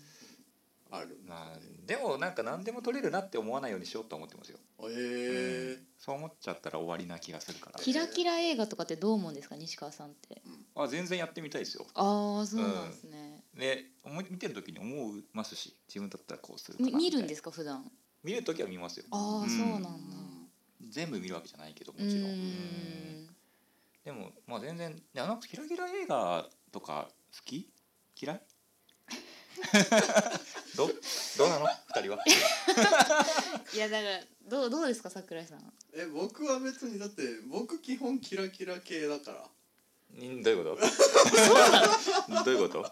Speaker 2: あるんですよ
Speaker 3: ー
Speaker 2: ね、
Speaker 3: まあでもなんか何でも取れるなって思わないようにしようと思ってますよ、
Speaker 2: えー
Speaker 3: そう思っちゃったら終わりな気がするから
Speaker 4: キラキラ映画とかってどう思うんですか西川さんって
Speaker 3: あ全然やってみたいですよ
Speaker 4: ああそうなんですね、
Speaker 3: で思い見てる時に思いますし自分だったらこうするかな
Speaker 4: み見るんですすか普段
Speaker 3: 見る時は見ますよ
Speaker 4: ああ、
Speaker 3: うん
Speaker 4: そうなんだ
Speaker 3: 全部見るわけじゃないけども
Speaker 4: う
Speaker 3: ちろんうん
Speaker 4: ん
Speaker 3: でもまあ全然ねあのキラキラ映画とか好き嫌 いどどうなの二人は
Speaker 4: いやだからどうどうですか桜井さん
Speaker 2: え僕は別にだって僕基本キラキラ系だから
Speaker 3: んどういうことどういうこと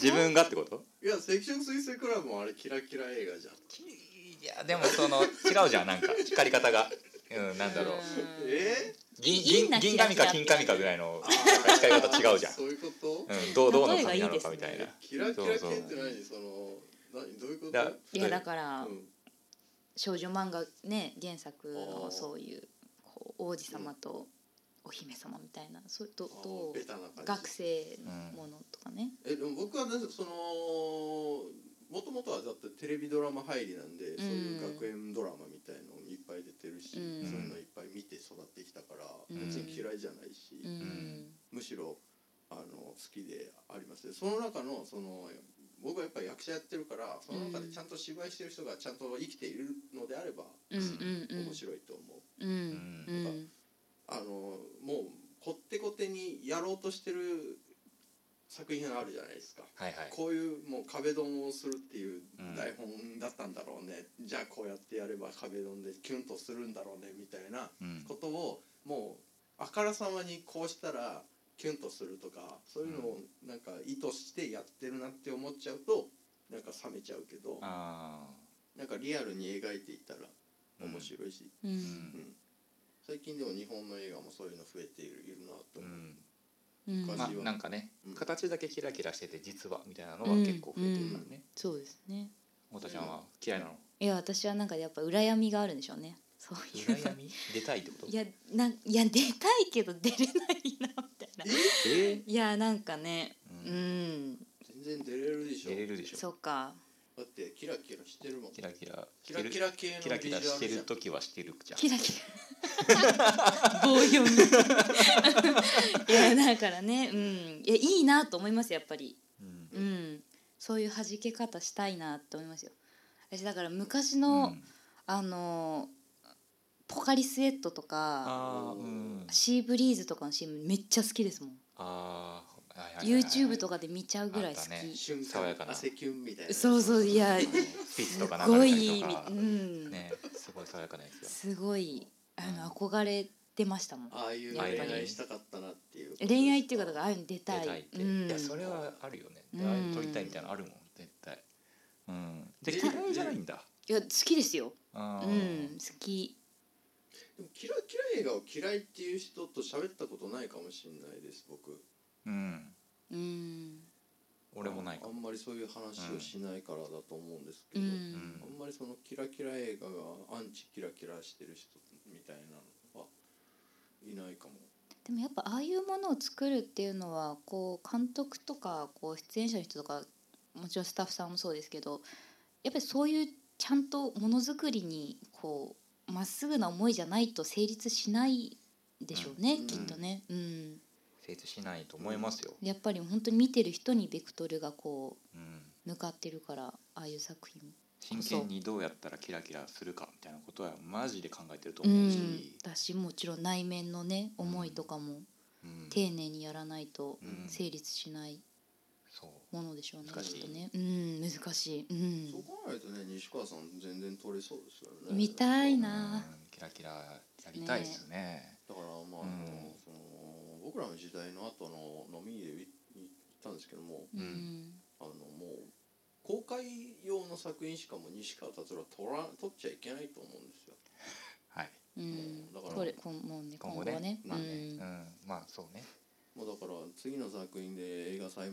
Speaker 3: 自分がってこと
Speaker 2: いや赤色水星クラブもあれキラキラ映画じゃん
Speaker 3: いやでもその違うじゃんなんか光り方がうんなんだろう
Speaker 4: うん
Speaker 2: え
Speaker 3: 銀
Speaker 4: 銀
Speaker 3: 銀
Speaker 4: な
Speaker 3: 銀紙
Speaker 4: キラキラ
Speaker 3: か
Speaker 4: って
Speaker 3: 金紙かぐらいの
Speaker 2: あ
Speaker 3: 光り方違うじゃん
Speaker 2: そういうこと、
Speaker 3: うんどうどうの
Speaker 4: 例えが
Speaker 3: 紙
Speaker 4: いい
Speaker 3: なの
Speaker 4: です
Speaker 3: か
Speaker 4: ね
Speaker 3: みたいな
Speaker 2: キラキラ系って
Speaker 3: そうそう
Speaker 2: 何その何どういうこと
Speaker 3: だ
Speaker 4: いやだから、
Speaker 2: うん
Speaker 4: 少女漫画ね原作のそういうこう王子様とお姫様みたいなそうと
Speaker 2: あー
Speaker 4: と
Speaker 2: ベタな感じ
Speaker 4: 学生のものとかね、
Speaker 2: えでも僕はねそのもともとはだってテレビドラマ入りなんで、そういう学園ドラマみたいのいっぱい出てるし、
Speaker 4: うん
Speaker 2: そういうのいっぱい見て育ってきたから、
Speaker 4: うん
Speaker 2: 別に嫌いじゃないし、
Speaker 4: うん
Speaker 2: むしろあの好きでありますよその中のその僕はやっぱり役者やってるからその中でちゃんと芝居してる人がちゃんと生きているのであれば
Speaker 4: うんうんうん
Speaker 2: 面白いと思う、
Speaker 4: うんうん
Speaker 2: あのもうこってこてにやろうとしてる作品があるじゃないですか
Speaker 3: はいはい
Speaker 2: こういうもう壁ドンをするっていう台本だったんだろうね、じゃあこうやってやれば壁ドンでキュンとするんだろうねみたいな
Speaker 3: うん
Speaker 2: ことをもうあからさまにこうしたらキュンとするとかそういうのをなんか意図してやってるなって思っちゃうとなんか冷めちゃうけど
Speaker 3: あ
Speaker 2: なんかリアルに描いていったら
Speaker 3: うん
Speaker 2: 面白いし、
Speaker 4: う
Speaker 3: ーうんん
Speaker 2: 最近でも日本の映画もそういうの増えているいるなと
Speaker 3: う
Speaker 2: 思う、
Speaker 3: ん
Speaker 4: うん
Speaker 2: 感
Speaker 3: まあ
Speaker 2: じは
Speaker 3: なんかね
Speaker 2: うん
Speaker 3: 形だけキラキラしてて実はみたいなのは結構増えてるからね
Speaker 4: そうですね
Speaker 3: 太田ちゃんは嫌いなの
Speaker 4: いや私はなんかやっぱ羨みがあるんでしょうねそういうの
Speaker 3: 羨み出たいってこと
Speaker 4: いやなんいや出たいけど出れないなみたいな
Speaker 3: え
Speaker 4: いやなんかね
Speaker 3: うん
Speaker 4: うん
Speaker 2: 全然出れるでしょ
Speaker 3: 出れるでしょ
Speaker 4: そっか
Speaker 2: だってキラキラしてるもん
Speaker 3: キラキラ
Speaker 2: キラキラ系の
Speaker 3: キラキラ
Speaker 2: ビジュ
Speaker 3: し
Speaker 2: アル
Speaker 3: て
Speaker 2: じゃ
Speaker 3: る
Speaker 2: ん
Speaker 3: 時はしてるじゃん
Speaker 4: キラキラ棒読みいやだからねうんいやいいなと思いますやっぱり
Speaker 3: うん
Speaker 4: うんそういう弾け方したいなって思いますよ私だから昔
Speaker 3: う
Speaker 4: の、
Speaker 3: ん
Speaker 4: あのポカリスエットとか
Speaker 3: あーうん
Speaker 4: シーブリーズとかの CM めっちゃ好きですもん
Speaker 3: あーはいはいはいはい
Speaker 4: YouTube とかで見ちゃうぐらい好
Speaker 3: あったね
Speaker 4: き、
Speaker 2: 瞬
Speaker 3: 爽やか
Speaker 2: 間
Speaker 3: な
Speaker 2: 汗キュンみたいな
Speaker 4: そうそういや
Speaker 3: ねピッツ
Speaker 4: す
Speaker 3: とか流
Speaker 4: ご
Speaker 3: れた
Speaker 4: い
Speaker 3: りとか
Speaker 4: うん
Speaker 3: ねすごい爽やかなやつだ
Speaker 4: すごいあ
Speaker 3: うん
Speaker 4: の憧れてましたもん
Speaker 2: ああいう
Speaker 4: やっぱり
Speaker 2: 恋愛したかったなっていう
Speaker 4: 恋愛っていうかだ
Speaker 2: と
Speaker 4: からああいうの出たい
Speaker 3: 出たいって、
Speaker 4: うん、
Speaker 3: いやそれはあるよね、
Speaker 4: うん
Speaker 3: あれ撮りたいみたいなのあるもん絶対うんで
Speaker 2: で
Speaker 3: 嫌いじゃないんだ
Speaker 4: いや好きですよう
Speaker 3: あー
Speaker 4: ん好き
Speaker 2: でもキラキラ映画を嫌いっていう人と喋ったことないかもしれないです僕
Speaker 3: うん
Speaker 4: うん
Speaker 3: 俺もないか
Speaker 2: あ
Speaker 3: も
Speaker 2: んまりそういう話をしないからだと思うんですけ
Speaker 4: う
Speaker 2: ど、
Speaker 4: ん
Speaker 2: あんまりそのキラキラ映画がアンチキラキラしてる人みたいなのはいないかも
Speaker 4: でもやっぱああいうものを作るっていうのはこう監督とかこう出演者の人とかもちろんスタッフさんもそうですけどやっぱりそういうちゃんとものづくりにこうまっすぐな思いじゃないと成立しないでしょうね、
Speaker 2: うん
Speaker 4: きっとね、うん。
Speaker 3: 成立しないと思いますよ、
Speaker 4: やっぱり本当に見てる人にベクトルがこ
Speaker 3: うん、
Speaker 4: う向かってるからああいう作品も。
Speaker 3: 真剣にどうやったらキラキラするかみたいなことはマジで考えてると
Speaker 4: う
Speaker 3: 思うし、
Speaker 4: ん、だしもちろん内面のね思いとかも
Speaker 3: うん
Speaker 4: 丁寧にやらないと
Speaker 3: うん
Speaker 4: 成立しない
Speaker 3: そう
Speaker 4: ものでしょうね、
Speaker 3: 難しい
Speaker 4: きっとね。うん難しい、うん、
Speaker 2: そう考えるとね西川さん全然撮れそうですよね
Speaker 4: 見たいな
Speaker 3: うんキラキラやりたいですね
Speaker 2: だからまあ、
Speaker 3: うん
Speaker 2: あのその僕らの時代の後の飲み入れに行ったんですけども
Speaker 4: うん、
Speaker 2: あのもう公開用の作品しかもう西川達郎は撮ら撮っちゃいけないと思うんですよ
Speaker 3: はい
Speaker 4: うん
Speaker 2: だから
Speaker 4: これこんもうね
Speaker 3: 今
Speaker 4: 今
Speaker 3: 後
Speaker 4: 後
Speaker 3: ね
Speaker 4: はね
Speaker 3: まあね、
Speaker 4: うん
Speaker 3: うん、まあそうね
Speaker 2: もうだから次の作品で映画祭回っ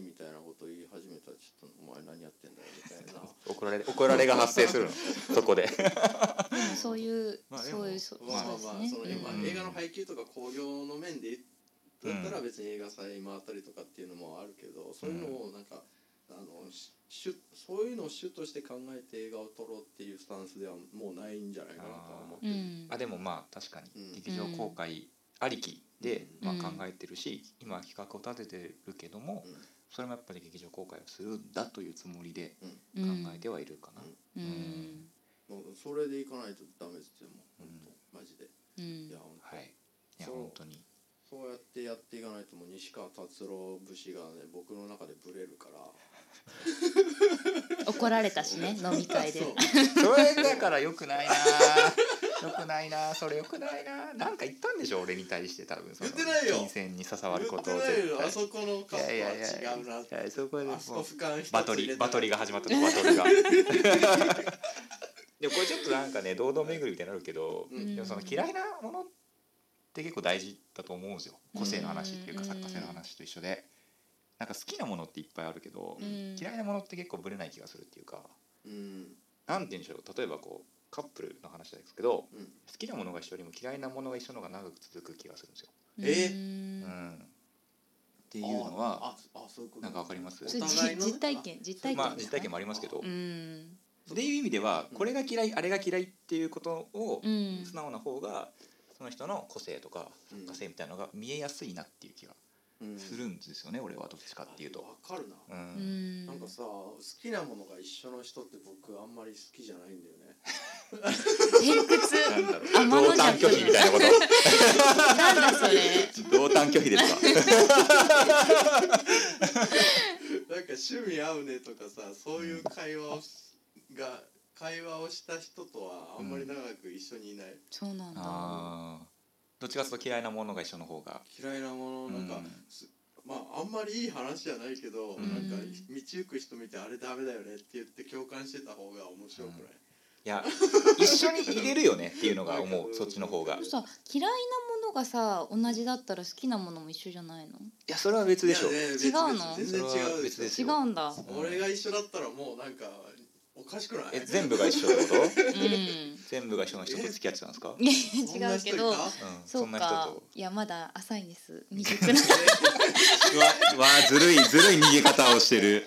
Speaker 2: てみたいなこと言い始めたらちょっとお前何やってんだよみたいな
Speaker 3: 怒られ怒られが発生するの そこで
Speaker 4: でもそういう、
Speaker 3: まあでも
Speaker 4: そういうそ,、
Speaker 2: まあまあ
Speaker 4: そう
Speaker 2: まあ
Speaker 4: です
Speaker 2: その
Speaker 4: ね、
Speaker 2: 今
Speaker 3: うん
Speaker 2: 映画の配給とか興行の面で
Speaker 3: うん
Speaker 2: だったら別に映画祭回ったりとかっていうのもあるけどそういうのをなんかあのし主そういうのを主として考えて映画を撮ろうっていうスタンスではもうないんじゃないかなとは思って
Speaker 4: う
Speaker 2: る
Speaker 4: ん
Speaker 3: あでもまあ確かに
Speaker 2: うん
Speaker 3: 劇場公開ありきで、
Speaker 2: うん
Speaker 3: まあ、
Speaker 4: うん
Speaker 3: 考えてるし、今企画を立ててるけども、
Speaker 2: うん
Speaker 3: それもやっぱり劇場公開をするんだというつもりで考えてはいるかな、
Speaker 4: うん
Speaker 2: もうそれでいかないとダメですよもう本
Speaker 3: うん
Speaker 2: 当マジで
Speaker 4: うん
Speaker 2: いや本当
Speaker 3: はいいや
Speaker 2: そう
Speaker 3: 本当に
Speaker 2: そうやってやっていかないともう西川達郎節がね僕の中でブレるから。
Speaker 4: 怒られたしね飲み会で
Speaker 2: そう
Speaker 3: それだからよく ないなよくないなそれよくないななんか言ったんでしょ俺に対して多分その
Speaker 2: 言ってないよ
Speaker 3: 金銭に携わることを
Speaker 2: 言ってないよあ
Speaker 3: 絶
Speaker 2: そこのカップ
Speaker 3: 対いやいやい
Speaker 2: は
Speaker 3: や
Speaker 2: 違うなって
Speaker 3: いやそこでもう
Speaker 2: あそこ俯瞰一つ
Speaker 3: バト
Speaker 2: 入れ
Speaker 3: リ
Speaker 2: た
Speaker 3: バ
Speaker 2: ら
Speaker 3: トリが始まったのバトルがでもこれちょっとなんかね堂々巡りみたいになるけど、
Speaker 2: うん
Speaker 3: でもその嫌いなものって結構大事だと思うんですよ個性の話っていうか
Speaker 4: うん
Speaker 3: 作家性の話と一緒でなんか好きなものっていっぱいあるけど、
Speaker 4: うん
Speaker 3: 嫌いなものって結構ぶれない気がするっていうか
Speaker 2: うん
Speaker 3: なんて言うんでしょう例えばこうカップルの話ですけど
Speaker 2: うん
Speaker 3: 好きなものが一緒よりも嫌いなものが一緒の方が長く続く気がするんですよ。
Speaker 2: え
Speaker 4: うん
Speaker 3: うん、っていうのは
Speaker 2: あああそういうこと
Speaker 3: なんかわかります
Speaker 4: それ
Speaker 2: お
Speaker 4: じ
Speaker 2: 互いのね
Speaker 4: 実体験実体験
Speaker 3: まあ実
Speaker 4: ですか
Speaker 3: 体験もありますけど、
Speaker 4: うん
Speaker 3: っていう意味ではこれが嫌いあれが嫌いっていうことを
Speaker 4: うん
Speaker 3: 素直な方がその人の個性とか
Speaker 2: うん
Speaker 3: 作家性みたいなのが見えやすいなっていう気がするんですよね、俺はどっちかっていうと。
Speaker 5: わかるな、
Speaker 3: う、
Speaker 4: うんん
Speaker 5: なんかさ好きなものが一緒の人って僕あんまり好きじゃないんだよね
Speaker 4: 偏屈
Speaker 3: なんだろう
Speaker 4: 天の
Speaker 3: 同担
Speaker 4: 弱
Speaker 3: 拒否みたいなこと
Speaker 4: なんだそれ
Speaker 3: 同担拒否ですか
Speaker 5: なんか趣味合うねとかさそういう会話をしが会話をした人とはあんまり長く一緒にいない、
Speaker 4: そうなんだ
Speaker 3: あーどっちかというと嫌いなものが一緒の方が
Speaker 5: 嫌いなものなんか、
Speaker 3: うん
Speaker 5: すまああんまりいい話じゃないけど、
Speaker 3: うん
Speaker 5: なんか道行く人見てあれダメだよねって言って共感してた方が面白くない、
Speaker 3: いや一緒に入れるよねっていうのが思うそっちの方が
Speaker 4: で
Speaker 3: い
Speaker 4: もさ嫌いなものがさ同じだったら好きなものも一緒じゃないの
Speaker 3: やそれは別でしょ
Speaker 5: いやね別
Speaker 4: 違うの
Speaker 5: 全然違
Speaker 3: それは
Speaker 5: うで
Speaker 3: 別
Speaker 5: すよ
Speaker 3: です
Speaker 4: 違
Speaker 3: よ
Speaker 4: うんだ
Speaker 3: ん
Speaker 5: 俺が一緒だったらもうなんかおかしくない
Speaker 3: え全部が一緒ってこと
Speaker 4: うん
Speaker 3: 全部が一緒の人と付き合ってたんですか、うん、
Speaker 4: いや違うけどそ
Speaker 3: そ
Speaker 4: うん
Speaker 3: な人と
Speaker 4: かいやまだ浅いん です未熟な
Speaker 3: う わわあずるいずるい逃げ方をしてる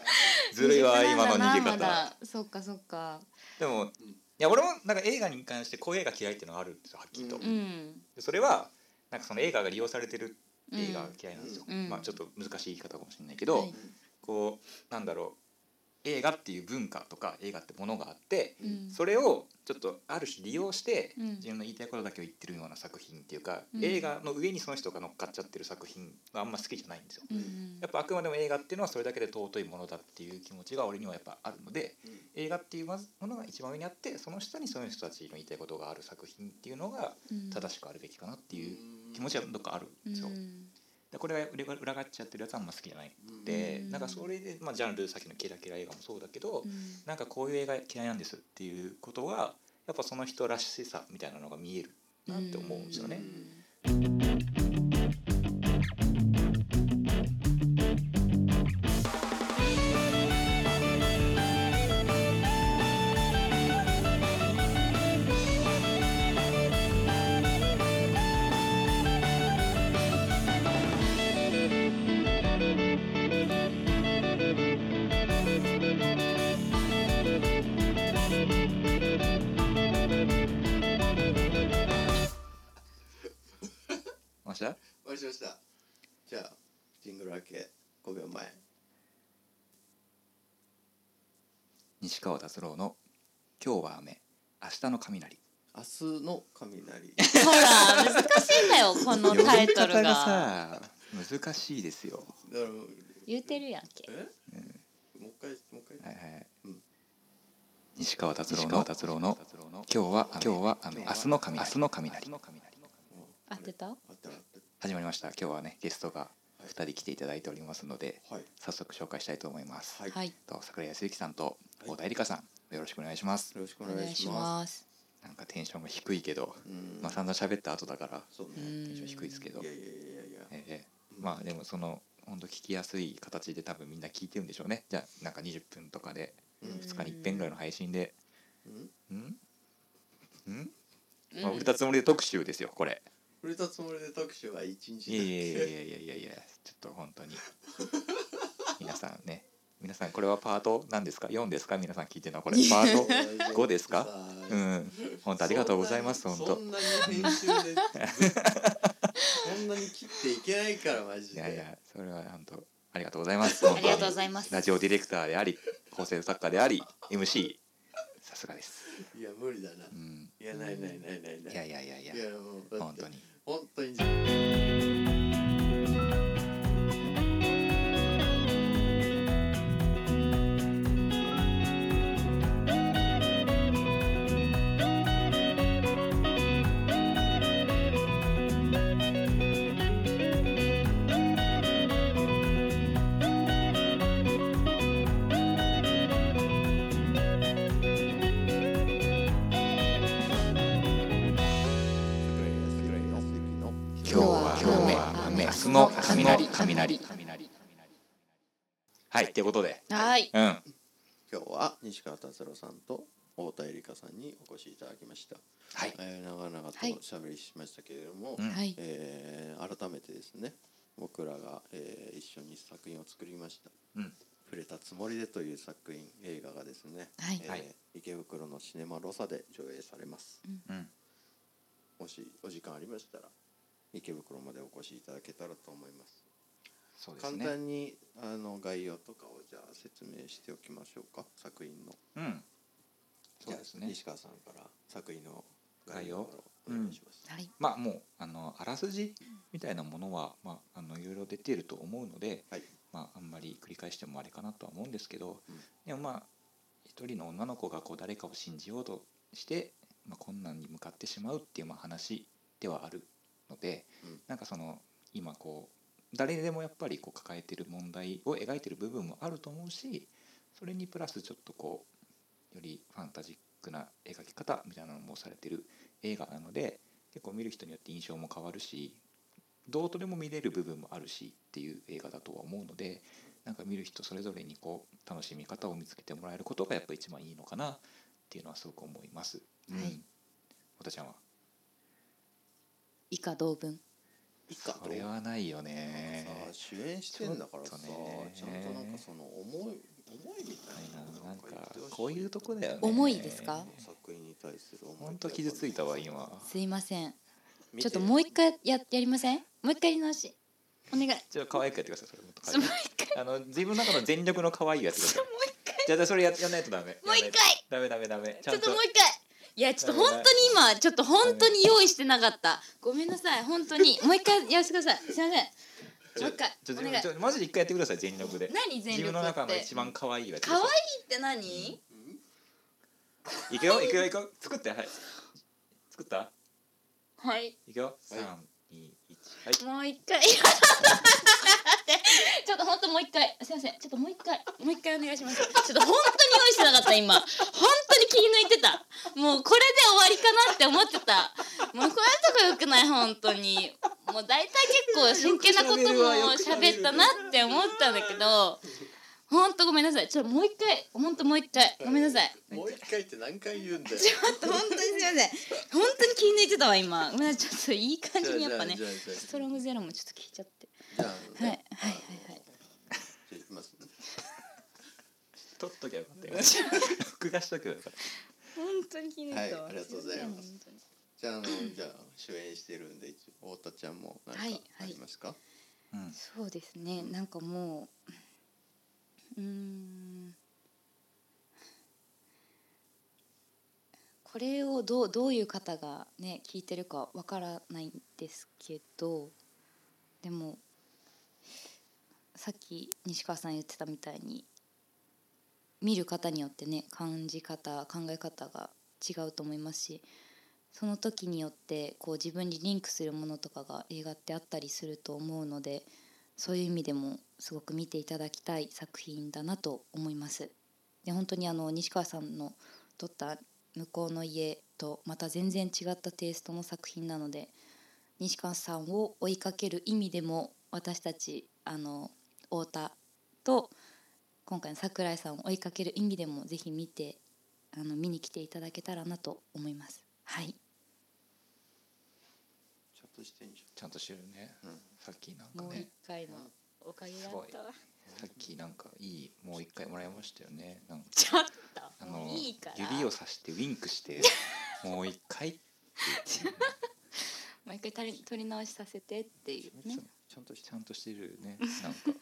Speaker 3: ずるいわ今の逃げ
Speaker 4: ま
Speaker 3: 方
Speaker 4: だそっかそっか
Speaker 3: でもいや俺もなんか映画に関してこういう映画嫌いっていうのがあるんですよはっきりと、
Speaker 5: うん
Speaker 4: うん
Speaker 3: でそれはなんかその映画が利用されてる
Speaker 4: うん
Speaker 3: 映画が嫌いなんですよ、
Speaker 4: うん
Speaker 3: まあちょっと難しい言い方かもしれないけど、
Speaker 4: はい
Speaker 3: こうなんだろう映画っていう文化とか映画ってものがあって
Speaker 4: うん
Speaker 3: それをちょっとある種利用して
Speaker 4: うん
Speaker 3: 自分の言いたいことだけを言ってるような作品っていうか、
Speaker 4: うん
Speaker 3: 映画の上にその人が乗っかっちゃってる作品があんま好きじゃないんですよ。
Speaker 4: うん
Speaker 3: やっぱあくまでも映画っていうのはそれだけで尊いものだっていう気持ちが俺にはやっぱあるので映画っていうまずものが一番上にあってその下にその人たちの言いたいことがある作品っていうのが
Speaker 4: うん
Speaker 3: 正しくあるべきかなっていう気持
Speaker 5: ち
Speaker 3: ちはどっかあるんですよ。
Speaker 4: うん
Speaker 3: でこれは裏が裏返っちゃってるやつはあんま好きじゃない
Speaker 5: うん
Speaker 3: で、
Speaker 4: うん
Speaker 3: なんかそれで、まあ、ジャンルさっきのキラキラ映画もそうだけど、
Speaker 4: うん
Speaker 3: なんかこういう映画嫌いなんですっていうことがやっぱその人らしさみたいなのが見えるなって思うんですよね。ました
Speaker 5: 終わりましたじゃあジングル明け5秒前
Speaker 3: 西川達郎の「今日は雨明日の雷
Speaker 5: 明日の 雷
Speaker 4: ほら難しい んだよこ」のタイトル
Speaker 3: 呼び方
Speaker 4: が
Speaker 3: さ難しいですよ。
Speaker 5: だから
Speaker 4: 言うてるやんけ
Speaker 5: え、もう一回もう一回
Speaker 3: はいはい
Speaker 5: うん
Speaker 3: 西川達郎の達郎の「今日は雨今日は雨明日の雷」明日の雷
Speaker 4: 当てた
Speaker 5: あったあった
Speaker 3: 始まりました今日はねゲストが2人来ていただいておりますので
Speaker 5: はい
Speaker 3: 早速紹介したいと思います。
Speaker 5: はい
Speaker 4: はい
Speaker 3: と桜井康之さんと
Speaker 5: はい
Speaker 3: 太田絵梨香さんよろしくお願いします
Speaker 5: よろしくお
Speaker 4: お
Speaker 5: 願
Speaker 4: 願
Speaker 5: い
Speaker 4: い
Speaker 5: し
Speaker 4: し
Speaker 5: ま
Speaker 4: ます
Speaker 3: なんかテンションが低いけど
Speaker 5: すうん
Speaker 3: まあ散々喋った後だから
Speaker 5: そう
Speaker 4: う
Speaker 5: ね
Speaker 3: テン
Speaker 4: ん
Speaker 3: ション低いですけど
Speaker 5: いやいやいやいや
Speaker 3: ええ
Speaker 5: うん
Speaker 3: まあでもその本当聞きやすい形で多分みんな聞いてるんでしょうねじゃあなんか20分とかで
Speaker 5: うん
Speaker 3: 2日に1遍ぐらいの配信で
Speaker 5: うん
Speaker 3: うんうん
Speaker 4: うん
Speaker 3: まあ売れたつもりで特集ですよこれ
Speaker 5: 触れたつもりで特集は一日
Speaker 3: いやいやいや
Speaker 5: や
Speaker 3: いやいやいやいやちょっと本当に皆さんね皆さんこれはパート何ですか4ですか皆さん聞いてるのはこれパート5ですかう
Speaker 5: うん
Speaker 3: ん本当ありがとうございます本当
Speaker 5: そんなに編集でそんなに切っていけないからマジ
Speaker 3: い
Speaker 5: で
Speaker 3: やいや、それは本当ありがとうございます。あ
Speaker 4: ありがとうございます
Speaker 3: ラジオディレクターであり、構成作家であり、MC。さすがです。
Speaker 5: いや無理だな
Speaker 3: うん。
Speaker 5: いやないないないないない
Speaker 3: やいやいやいや
Speaker 5: い。やもうだっ
Speaker 3: 本
Speaker 5: て
Speaker 3: 当に。
Speaker 5: 本当に
Speaker 2: 桜井康之の
Speaker 3: 今
Speaker 4: 日は今日は雨
Speaker 3: 明日の雷、雷。はい、ということで。
Speaker 4: はい
Speaker 3: うん。
Speaker 2: 今日は西川達郎さんと太田絵梨香さんにお越しいただきました、
Speaker 3: はい。
Speaker 2: えー、長々と
Speaker 4: はい
Speaker 2: しゃべりしましたけれども、
Speaker 3: うん
Speaker 4: はい
Speaker 2: えー改めてですね僕らが、えー一緒に作品を作りました
Speaker 3: うん。
Speaker 2: 「触れたつもりで」という作品映画がですね、
Speaker 4: はい
Speaker 2: えー
Speaker 3: はい
Speaker 2: 池袋のシネマロサで上映されます
Speaker 3: うん。
Speaker 2: もしお時間ありましたら池袋までお越しいただけたらと思います
Speaker 3: そうです
Speaker 2: 簡
Speaker 3: ね
Speaker 2: 単にあの概要とかをじゃあ説明しておきましょうか作品の
Speaker 3: うん
Speaker 2: じ
Speaker 3: そ
Speaker 2: ゃ
Speaker 3: う
Speaker 2: あ
Speaker 3: ですね
Speaker 2: 西川さんから作品の
Speaker 3: 概
Speaker 2: 概
Speaker 3: 要
Speaker 2: 要をお願いします、
Speaker 4: はい
Speaker 3: まあもうあのあらすじみたいなものは、まあ、あのいろいろ出ていると思うので、
Speaker 2: はい
Speaker 3: まあ、あんまり繰り返してもあれかなとは思うんですけど、
Speaker 2: うん
Speaker 3: でもまあ一人の女の子がこう誰かを信じようとして、まあ、困難に向かってしまうっていうまあ話ではあるので、
Speaker 2: うん
Speaker 3: なんかその今こう誰でもやっぱりこう抱えてる問題を描いてる部分もあると思うしそれにプラスちょっとこうよりファンタジックな描き方みたいなのもされてる映画なので結構見る人によって印象も変わるしどうとでも見れる部分もあるしっていう映画だとは思うのでなんか見る人それぞれにこう楽しみ方を見つけてもらえることがやっぱ一番いいのかなっていうのはすごく思います。
Speaker 4: はい
Speaker 3: うん、おたちゃんは
Speaker 4: 以下同文
Speaker 2: いいか
Speaker 3: これはないよね
Speaker 2: さ。主演してんだからさ
Speaker 3: ちょっとね
Speaker 2: ちゃんとなんかその思い思いみたいなの
Speaker 3: なん
Speaker 2: 言っ
Speaker 3: か
Speaker 2: てほし
Speaker 3: こういうとこだよね。
Speaker 4: 重いですか
Speaker 2: 作品に対する思い
Speaker 3: 本当傷ついたわ今。
Speaker 4: すいません
Speaker 2: 見
Speaker 4: ちょ
Speaker 2: て
Speaker 4: っともう一回ややりませんもう一回やり直しお願い
Speaker 3: じゃあ可愛くやってください。それもっと可愛
Speaker 4: もう
Speaker 3: くあの自分の中の全力の可愛いやつださい。じゃあじゃあそれややんないとダメ。
Speaker 4: もう一回
Speaker 3: ダメダメダメ。
Speaker 4: ちょっともう一回いやちょっと
Speaker 3: ダメだ
Speaker 4: 本当に今ちょっと本当に用意してなかったごめんなさい本当にもう一回やらせてくださいすいませんもう
Speaker 3: ち
Speaker 4: 一
Speaker 3: ょ
Speaker 4: 回お願い
Speaker 3: ちょマジで一回やってください全力で
Speaker 4: 何
Speaker 3: 自
Speaker 4: 全力
Speaker 3: 分の中
Speaker 4: っ
Speaker 3: の
Speaker 4: て
Speaker 3: 一番可愛いやつ
Speaker 4: 可愛いって何
Speaker 3: いいくよいくよいくよ作ってはい作った
Speaker 4: はい
Speaker 3: いくよ三二一はい
Speaker 4: もう一 回ちょっと本当もう一回すいませんちょっともう一回もう一回お願いしますちょっと本当に用意してなかった今本当に気抜いてたもうこれで終わりかなって思ってたもうこういうとこ良くない本当にもう大体結構真剣なことも喋ったなって思ったんだけど本当ごめんなさいちょっともう一回本当もう一回ごめんなさい
Speaker 2: もう一回って何回言うんだ よ
Speaker 4: ちょっと 本当にすいません本当に気抜いてたわ今ごめんなさいちょっといい感じにやっぱね
Speaker 2: じゃあじゃあ
Speaker 4: ストロングゼロもちょっと聞いちゃって
Speaker 2: じゃあ
Speaker 4: はい
Speaker 2: あの
Speaker 4: はいはいはい
Speaker 2: じゃあいきますね
Speaker 3: 取っときゃよかった よ録画しとけばよかっ
Speaker 4: 本当に気抜いたわ
Speaker 2: はいありがとうございます
Speaker 4: 本当に
Speaker 2: じゃああのじゃあ主演してるんで一応太田ちゃんも何か
Speaker 4: はいはい
Speaker 2: ありますか、
Speaker 3: たうん
Speaker 4: そうですねなんかもううーんこれをどうどういう方がね聞いてるかわからないんですけどでもさっき西川さん言ってたみたいに見る方によってね感じ方考え方が違うと思いますしその時によってこう自分にリンクするものとかが映画ってあったりすると思うのでそういう意味でもすごく見ていただきたい作品だなと思います。で本当にあの西川さんの撮った「向こうの家」とまた全然違ったテイストの作品なので西川さんを追いかける意味でも私たちあの太田と今回の桜井さんを追いかける意味でもぜひ見てあの見に来ていただけたらなと思います。はい
Speaker 2: ちゃんとしてんじ
Speaker 3: ちゃんとしてるね
Speaker 2: ゃん、うん、
Speaker 3: さっきなんか
Speaker 4: もう一
Speaker 3: ね
Speaker 4: 回のおかげだったわ。
Speaker 3: さっきなんかいいもう一回もらいましたよねなんか
Speaker 4: ちょっ
Speaker 3: あ
Speaker 4: と
Speaker 3: の
Speaker 4: もういいから。
Speaker 3: 指をさしてウィンクして もう一回って
Speaker 4: もう一回取り取り直しさせてっていうね。
Speaker 3: ちゃんとちゃんとしてるねなんか
Speaker 2: ちゃん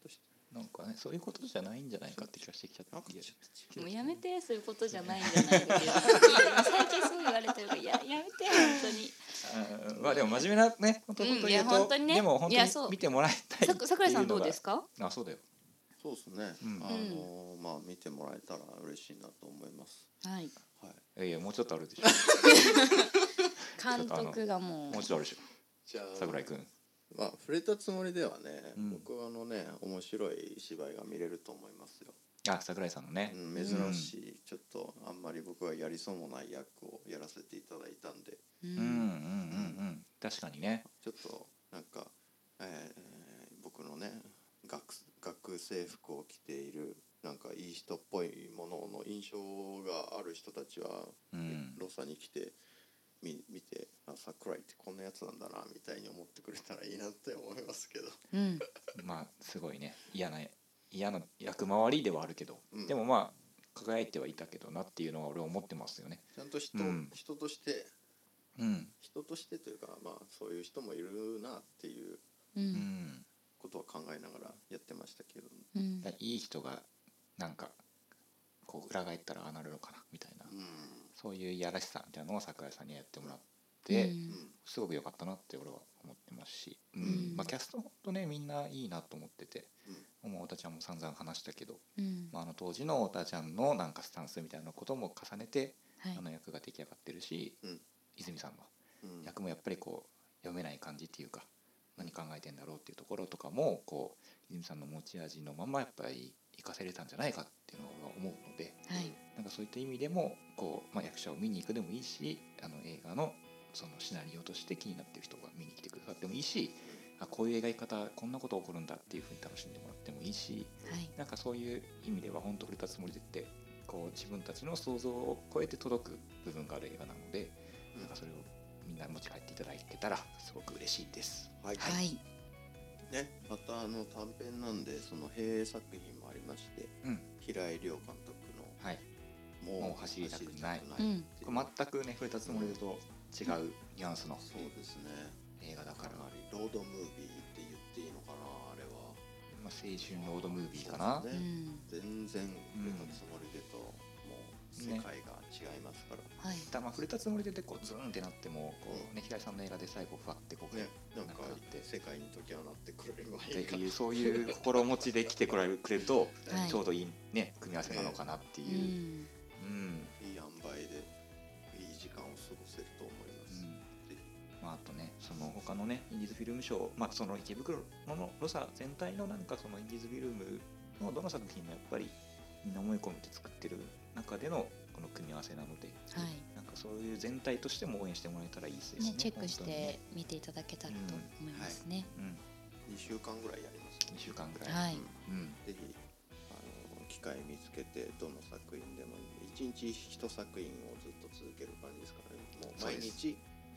Speaker 2: として
Speaker 3: なんかねそういうことじゃないんじゃないかって気がしてきちゃった
Speaker 2: なんか
Speaker 3: いや
Speaker 2: ちょっと
Speaker 4: も
Speaker 2: 違
Speaker 4: う
Speaker 2: う
Speaker 4: やめてそういうことじゃないんじゃないかっていう最近すごい言われてるからややめて本当に。
Speaker 3: あーまあでも真面目なねこと
Speaker 4: うん
Speaker 3: と言
Speaker 4: いや
Speaker 3: う
Speaker 4: 本
Speaker 3: と、
Speaker 4: 当にね
Speaker 3: でも本
Speaker 4: い
Speaker 3: 当
Speaker 4: や
Speaker 3: に
Speaker 4: そう
Speaker 3: 見てもらいたい
Speaker 4: さく桜井さんどうです
Speaker 3: か
Speaker 4: か？
Speaker 3: あそうだよ
Speaker 2: そうですね、
Speaker 3: うん
Speaker 2: あのまあ見てもらえたら嬉しいなと思います
Speaker 4: はい。
Speaker 2: はい
Speaker 3: いやいやもうちょっとあるで しょ
Speaker 4: 監督がもう
Speaker 3: もうちょっとあるでしょ
Speaker 2: じゃあ
Speaker 3: 桜井くん
Speaker 2: まあ触れたつもりではね、
Speaker 3: うん
Speaker 2: 僕はあのね面白い芝居が見れると思いますよ、
Speaker 3: あ桜井さんのね、
Speaker 2: うん、珍しい、ちょっとあんまり僕はやりそうもない役をやらせていただいたんで
Speaker 3: う
Speaker 4: う
Speaker 3: ん、うんうんうん
Speaker 4: ん
Speaker 3: うん確かにね
Speaker 2: ちょっとなんか、えー僕のね学学生服を着ているなんかいい人っぽいものの印象がある人たちは、
Speaker 3: うん
Speaker 2: ロサに来て見見てあ桜井ってこんなやつなんだなみたいに思ってくれたらいいなって思いますけ ど。
Speaker 4: うん
Speaker 3: まあすごいね嫌な嫌な役回りではあるけど、
Speaker 2: うん
Speaker 3: でもまあ輝いてはいたけどなっていうのは俺は思ってますよね
Speaker 2: ちゃんと人,、
Speaker 3: うん
Speaker 2: 人として
Speaker 3: うん
Speaker 2: 人としてというかまあそういう人もいるなっていう
Speaker 3: う
Speaker 4: う
Speaker 3: んん
Speaker 2: ことは考えながらやってましたけど、
Speaker 4: うん
Speaker 3: だからいい人がなんかこう裏返ったらああなるのかなみたいな、そういういやらしさみたいなのを桜井さんにやってもらって、
Speaker 4: うん
Speaker 3: すごく良かったなって俺は思ってますし、うん
Speaker 4: うん
Speaker 3: まあ、キャストほんとねみんないいなと思ってて、もう太田ちゃんも散々話したけど、
Speaker 4: うん
Speaker 3: まあ、あの当時の太田ちゃんのなんかスタンスみたいなことも重ねて、
Speaker 4: はい
Speaker 3: あの役が出来上がってるし、
Speaker 2: うん
Speaker 3: 泉さんの
Speaker 2: うん
Speaker 3: 役もやっぱりこう読めない感じっていうか何考えてんだろうっていうところとかもこう泉さんの持ち味のままやっぱり活かせれたんじゃないかっていうのは思うので
Speaker 4: はい
Speaker 3: なんかそういった意味でもこう、まあ、役者を見に行くでもいいしあの映画のそのシナリオとして気になってる人が見に来てくださってもいいしあこういう描き方こんなこと起こるんだっていうふうに楽しんでもらってもいいし
Speaker 4: はい
Speaker 3: なんかそういう意味では本当触れたつもりでってこう自分たちの想像を超えて届く部分がある映画なので、なんかそれをみんな持ち帰っていただけたらすごく嬉しいです。
Speaker 2: はい
Speaker 4: はい
Speaker 2: ね、またあの短編なんでその平営作品もありまして
Speaker 3: うん、
Speaker 2: 平井亮監督の
Speaker 3: はい、
Speaker 2: 「も
Speaker 3: もう走りたくない
Speaker 2: 走りた
Speaker 4: う
Speaker 2: っ
Speaker 4: ん
Speaker 2: ていう
Speaker 3: これ全くね触れたつもりと違うニュアンスの
Speaker 2: そうですね
Speaker 3: 映画だか、
Speaker 2: から
Speaker 3: ま
Speaker 2: なりロードムービーって言っていいのかなあれは
Speaker 3: あ、青春ロードムービーかな
Speaker 2: そう。
Speaker 4: う
Speaker 2: ですね
Speaker 4: ん
Speaker 2: 全然触れたつもりでと、もう世
Speaker 3: ね
Speaker 2: 界が違いますから、
Speaker 4: はい
Speaker 3: ただまあ触れたつもりでこうズーンってなってもこう、ね、平井さんの映画で最後ふわってこう、
Speaker 2: ね、なんか
Speaker 3: なんかだって
Speaker 2: 世界に解き放ってくれるわ
Speaker 3: っ
Speaker 2: け
Speaker 3: て
Speaker 2: か
Speaker 3: いうそういう心持ちで来てくれるくれると、
Speaker 4: はい
Speaker 3: ちょうどいい、ね、組み合わせなのかなって
Speaker 4: う
Speaker 3: いう。
Speaker 4: ん
Speaker 3: うん
Speaker 2: いい塩梅でいい時間を過ごせると思います、ぜ
Speaker 3: まあ、あとねその他のねインディーズフィルム賞、まあ、その池袋のロサ全体のなんかそのインディーズフィルムのどの作品もやっぱりみんな思い込みて作ってる中でのこの組み合わせなので
Speaker 4: はい
Speaker 3: なんかそういう全体としても応援してもらえたらいいですよね
Speaker 4: ねチェックし
Speaker 3: 本当に
Speaker 4: て
Speaker 3: ね
Speaker 4: 見ていただけたらと思いますね
Speaker 3: うん、
Speaker 2: ひ2週間ぐらいやります
Speaker 3: 2週間ぐらい、
Speaker 4: はい
Speaker 3: うん
Speaker 2: ぜひあの機会見つけてどの作品でも一日一作品をずっと続ける感じですからねもう
Speaker 3: そう
Speaker 2: 毎
Speaker 3: です
Speaker 2: 日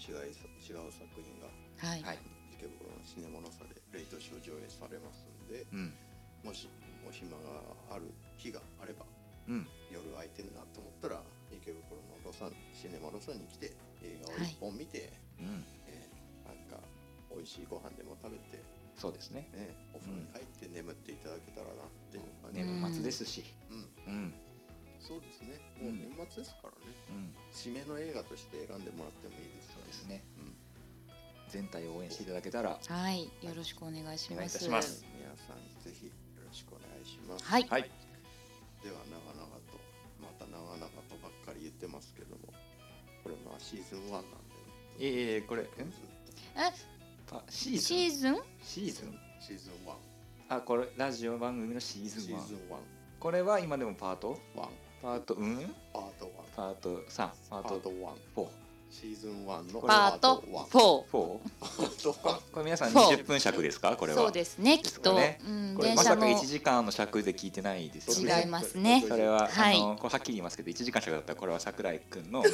Speaker 2: 違いさ違う作品が
Speaker 4: はい
Speaker 3: はい
Speaker 2: 池袋のシネモノサでレイトショー上映されますんで
Speaker 3: うん
Speaker 2: もしお暇がある日があれば
Speaker 3: うん
Speaker 2: 夜空いてるなと思ったら池袋のロサンシネマロサンに来て映画を一本見て、
Speaker 3: うん
Speaker 2: えーなんか美味しいご飯でも食べて、
Speaker 3: そうですね
Speaker 2: ね、お風呂に入って眠っていただけたらなっていう感じ、
Speaker 3: 年末ですし
Speaker 2: うん
Speaker 3: うん
Speaker 2: そうですね。もう
Speaker 3: うん
Speaker 2: 年末ですからね。
Speaker 3: うん
Speaker 2: 締めの映画として選んでもらってもいいです
Speaker 3: そ
Speaker 2: か
Speaker 3: う
Speaker 2: ら
Speaker 3: ですね
Speaker 2: うん
Speaker 3: 全体を応援していただけたら
Speaker 4: はいよろしくお願いし
Speaker 3: お願
Speaker 4: ま
Speaker 3: いいた
Speaker 4: す
Speaker 3: します
Speaker 2: 皆さんぜひよろしくお願いします。
Speaker 4: はい
Speaker 3: はい
Speaker 2: では長々とまた長々とばっかり言ってますけども、これまあシーズン1なんで、
Speaker 3: ええこれん
Speaker 2: ずっと
Speaker 4: え
Speaker 3: あシーズン
Speaker 4: シ
Speaker 3: シー
Speaker 4: ーズン
Speaker 3: ズン
Speaker 2: シーズン1、
Speaker 3: あこれラジオ番組のシーズ
Speaker 2: シ
Speaker 3: ン1
Speaker 2: ーズン1、
Speaker 3: これは今でもパート
Speaker 2: 1
Speaker 3: パートうん
Speaker 2: パート1、
Speaker 3: パート3パ
Speaker 2: パ
Speaker 3: ー
Speaker 2: ート
Speaker 3: ト
Speaker 2: 1、
Speaker 3: 4
Speaker 2: シーズン1の
Speaker 4: パート
Speaker 2: 1
Speaker 4: 4
Speaker 3: 4こ
Speaker 2: パート1。
Speaker 3: れ皆さん
Speaker 4: そう
Speaker 3: 20分尺ですかこれは
Speaker 4: そうですねきっと、
Speaker 3: です
Speaker 4: うん
Speaker 3: これ
Speaker 4: 電
Speaker 3: ま
Speaker 4: 車
Speaker 3: さ
Speaker 4: の
Speaker 3: か1時間の尺で聞いてないですよ
Speaker 4: 違いますね
Speaker 3: それは、
Speaker 4: はい
Speaker 3: あのこれはっきり言いますけど1時間尺だったらこれは桜井君のもう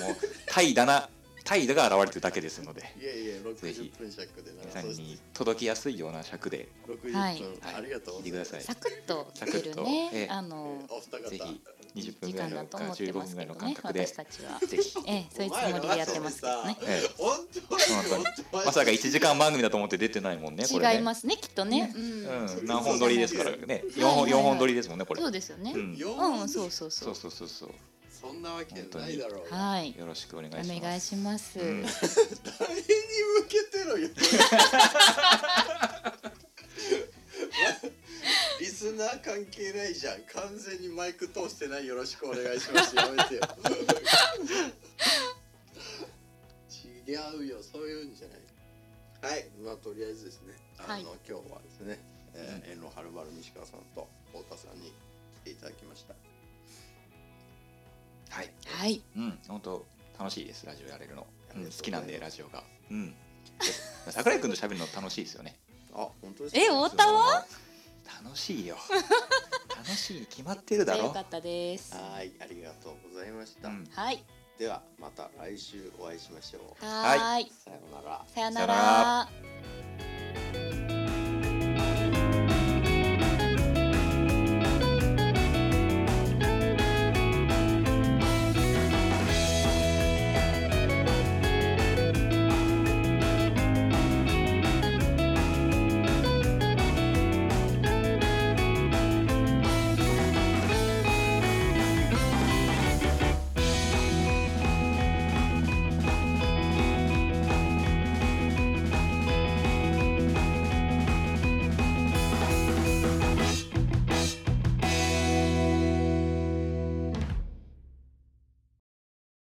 Speaker 3: 怠惰な怠惰が現れてるだけですので
Speaker 2: いやいや、
Speaker 3: ぜひ
Speaker 2: 60分尺でな
Speaker 3: 皆さんに届きやすいような尺で
Speaker 2: 60分、
Speaker 4: はい
Speaker 3: はい
Speaker 2: ありがとう
Speaker 3: 聞
Speaker 2: ございま
Speaker 3: いてくだ
Speaker 2: す。
Speaker 3: さい
Speaker 4: サクッと出
Speaker 3: サ
Speaker 4: る
Speaker 3: クッ
Speaker 4: ね
Speaker 3: とええ
Speaker 4: あ
Speaker 2: え
Speaker 4: の
Speaker 2: ーお二方、
Speaker 3: ぜひ20分
Speaker 4: 時
Speaker 3: ぐら
Speaker 4: 間
Speaker 3: い
Speaker 4: だ
Speaker 3: の
Speaker 4: と
Speaker 3: か
Speaker 4: 思って
Speaker 3: 15
Speaker 4: ます
Speaker 3: 分ぐらい
Speaker 4: け
Speaker 3: の
Speaker 4: ど
Speaker 3: 感
Speaker 4: ね
Speaker 3: 覚で
Speaker 4: 私たちは
Speaker 3: ぜひ、
Speaker 4: ええそういうつもりでやってますけどね
Speaker 2: お前
Speaker 3: ええ
Speaker 2: 本当に
Speaker 3: 本当にまさか1時間番組だと思って出てないもんねこれね
Speaker 4: 違いますねきっとねうん
Speaker 3: うん、何本撮りですからね、四
Speaker 4: はいは
Speaker 3: 本
Speaker 4: い
Speaker 3: 四本撮りですもんねこれ。
Speaker 4: そううですよね
Speaker 3: ん、
Speaker 2: よ
Speaker 4: うんそうそうそ
Speaker 3: そううそうそうそう。
Speaker 2: そんなわけないだろうよ。
Speaker 4: はい
Speaker 3: よろしくお願いします。
Speaker 4: お願いします
Speaker 3: うん
Speaker 2: 誰に向けてろよ。 リスナー関係ないじゃん。完全にマイク通してない。よろしくお願いします。やめてよ。違うよ。そういうんじゃない。はい。まあとりあえずですね。あの、
Speaker 4: はい
Speaker 2: 今日はですね、えー、遠路はるばる西川さんと太田さんに来ていただきました。
Speaker 3: はい。
Speaker 4: はい
Speaker 3: うん、本当楽しいですラジオやれるの。
Speaker 2: あ
Speaker 3: う
Speaker 2: り
Speaker 3: ん、
Speaker 2: がとうございま
Speaker 3: 好
Speaker 2: す
Speaker 3: きなんでラジオが。うん。桜井君と喋るの楽しいですよね。
Speaker 2: あ、本当です
Speaker 4: え太田は
Speaker 3: 楽しいよ。楽しいに決まってるだ
Speaker 4: よ
Speaker 3: ろ
Speaker 4: か。ったです
Speaker 2: はい。ありがとうございまし
Speaker 3: う
Speaker 2: た。
Speaker 3: ん。
Speaker 4: はい
Speaker 2: ではまた来週お会いしましょう。
Speaker 4: はーい
Speaker 2: さようなら。
Speaker 4: さよな
Speaker 3: さよな
Speaker 4: ら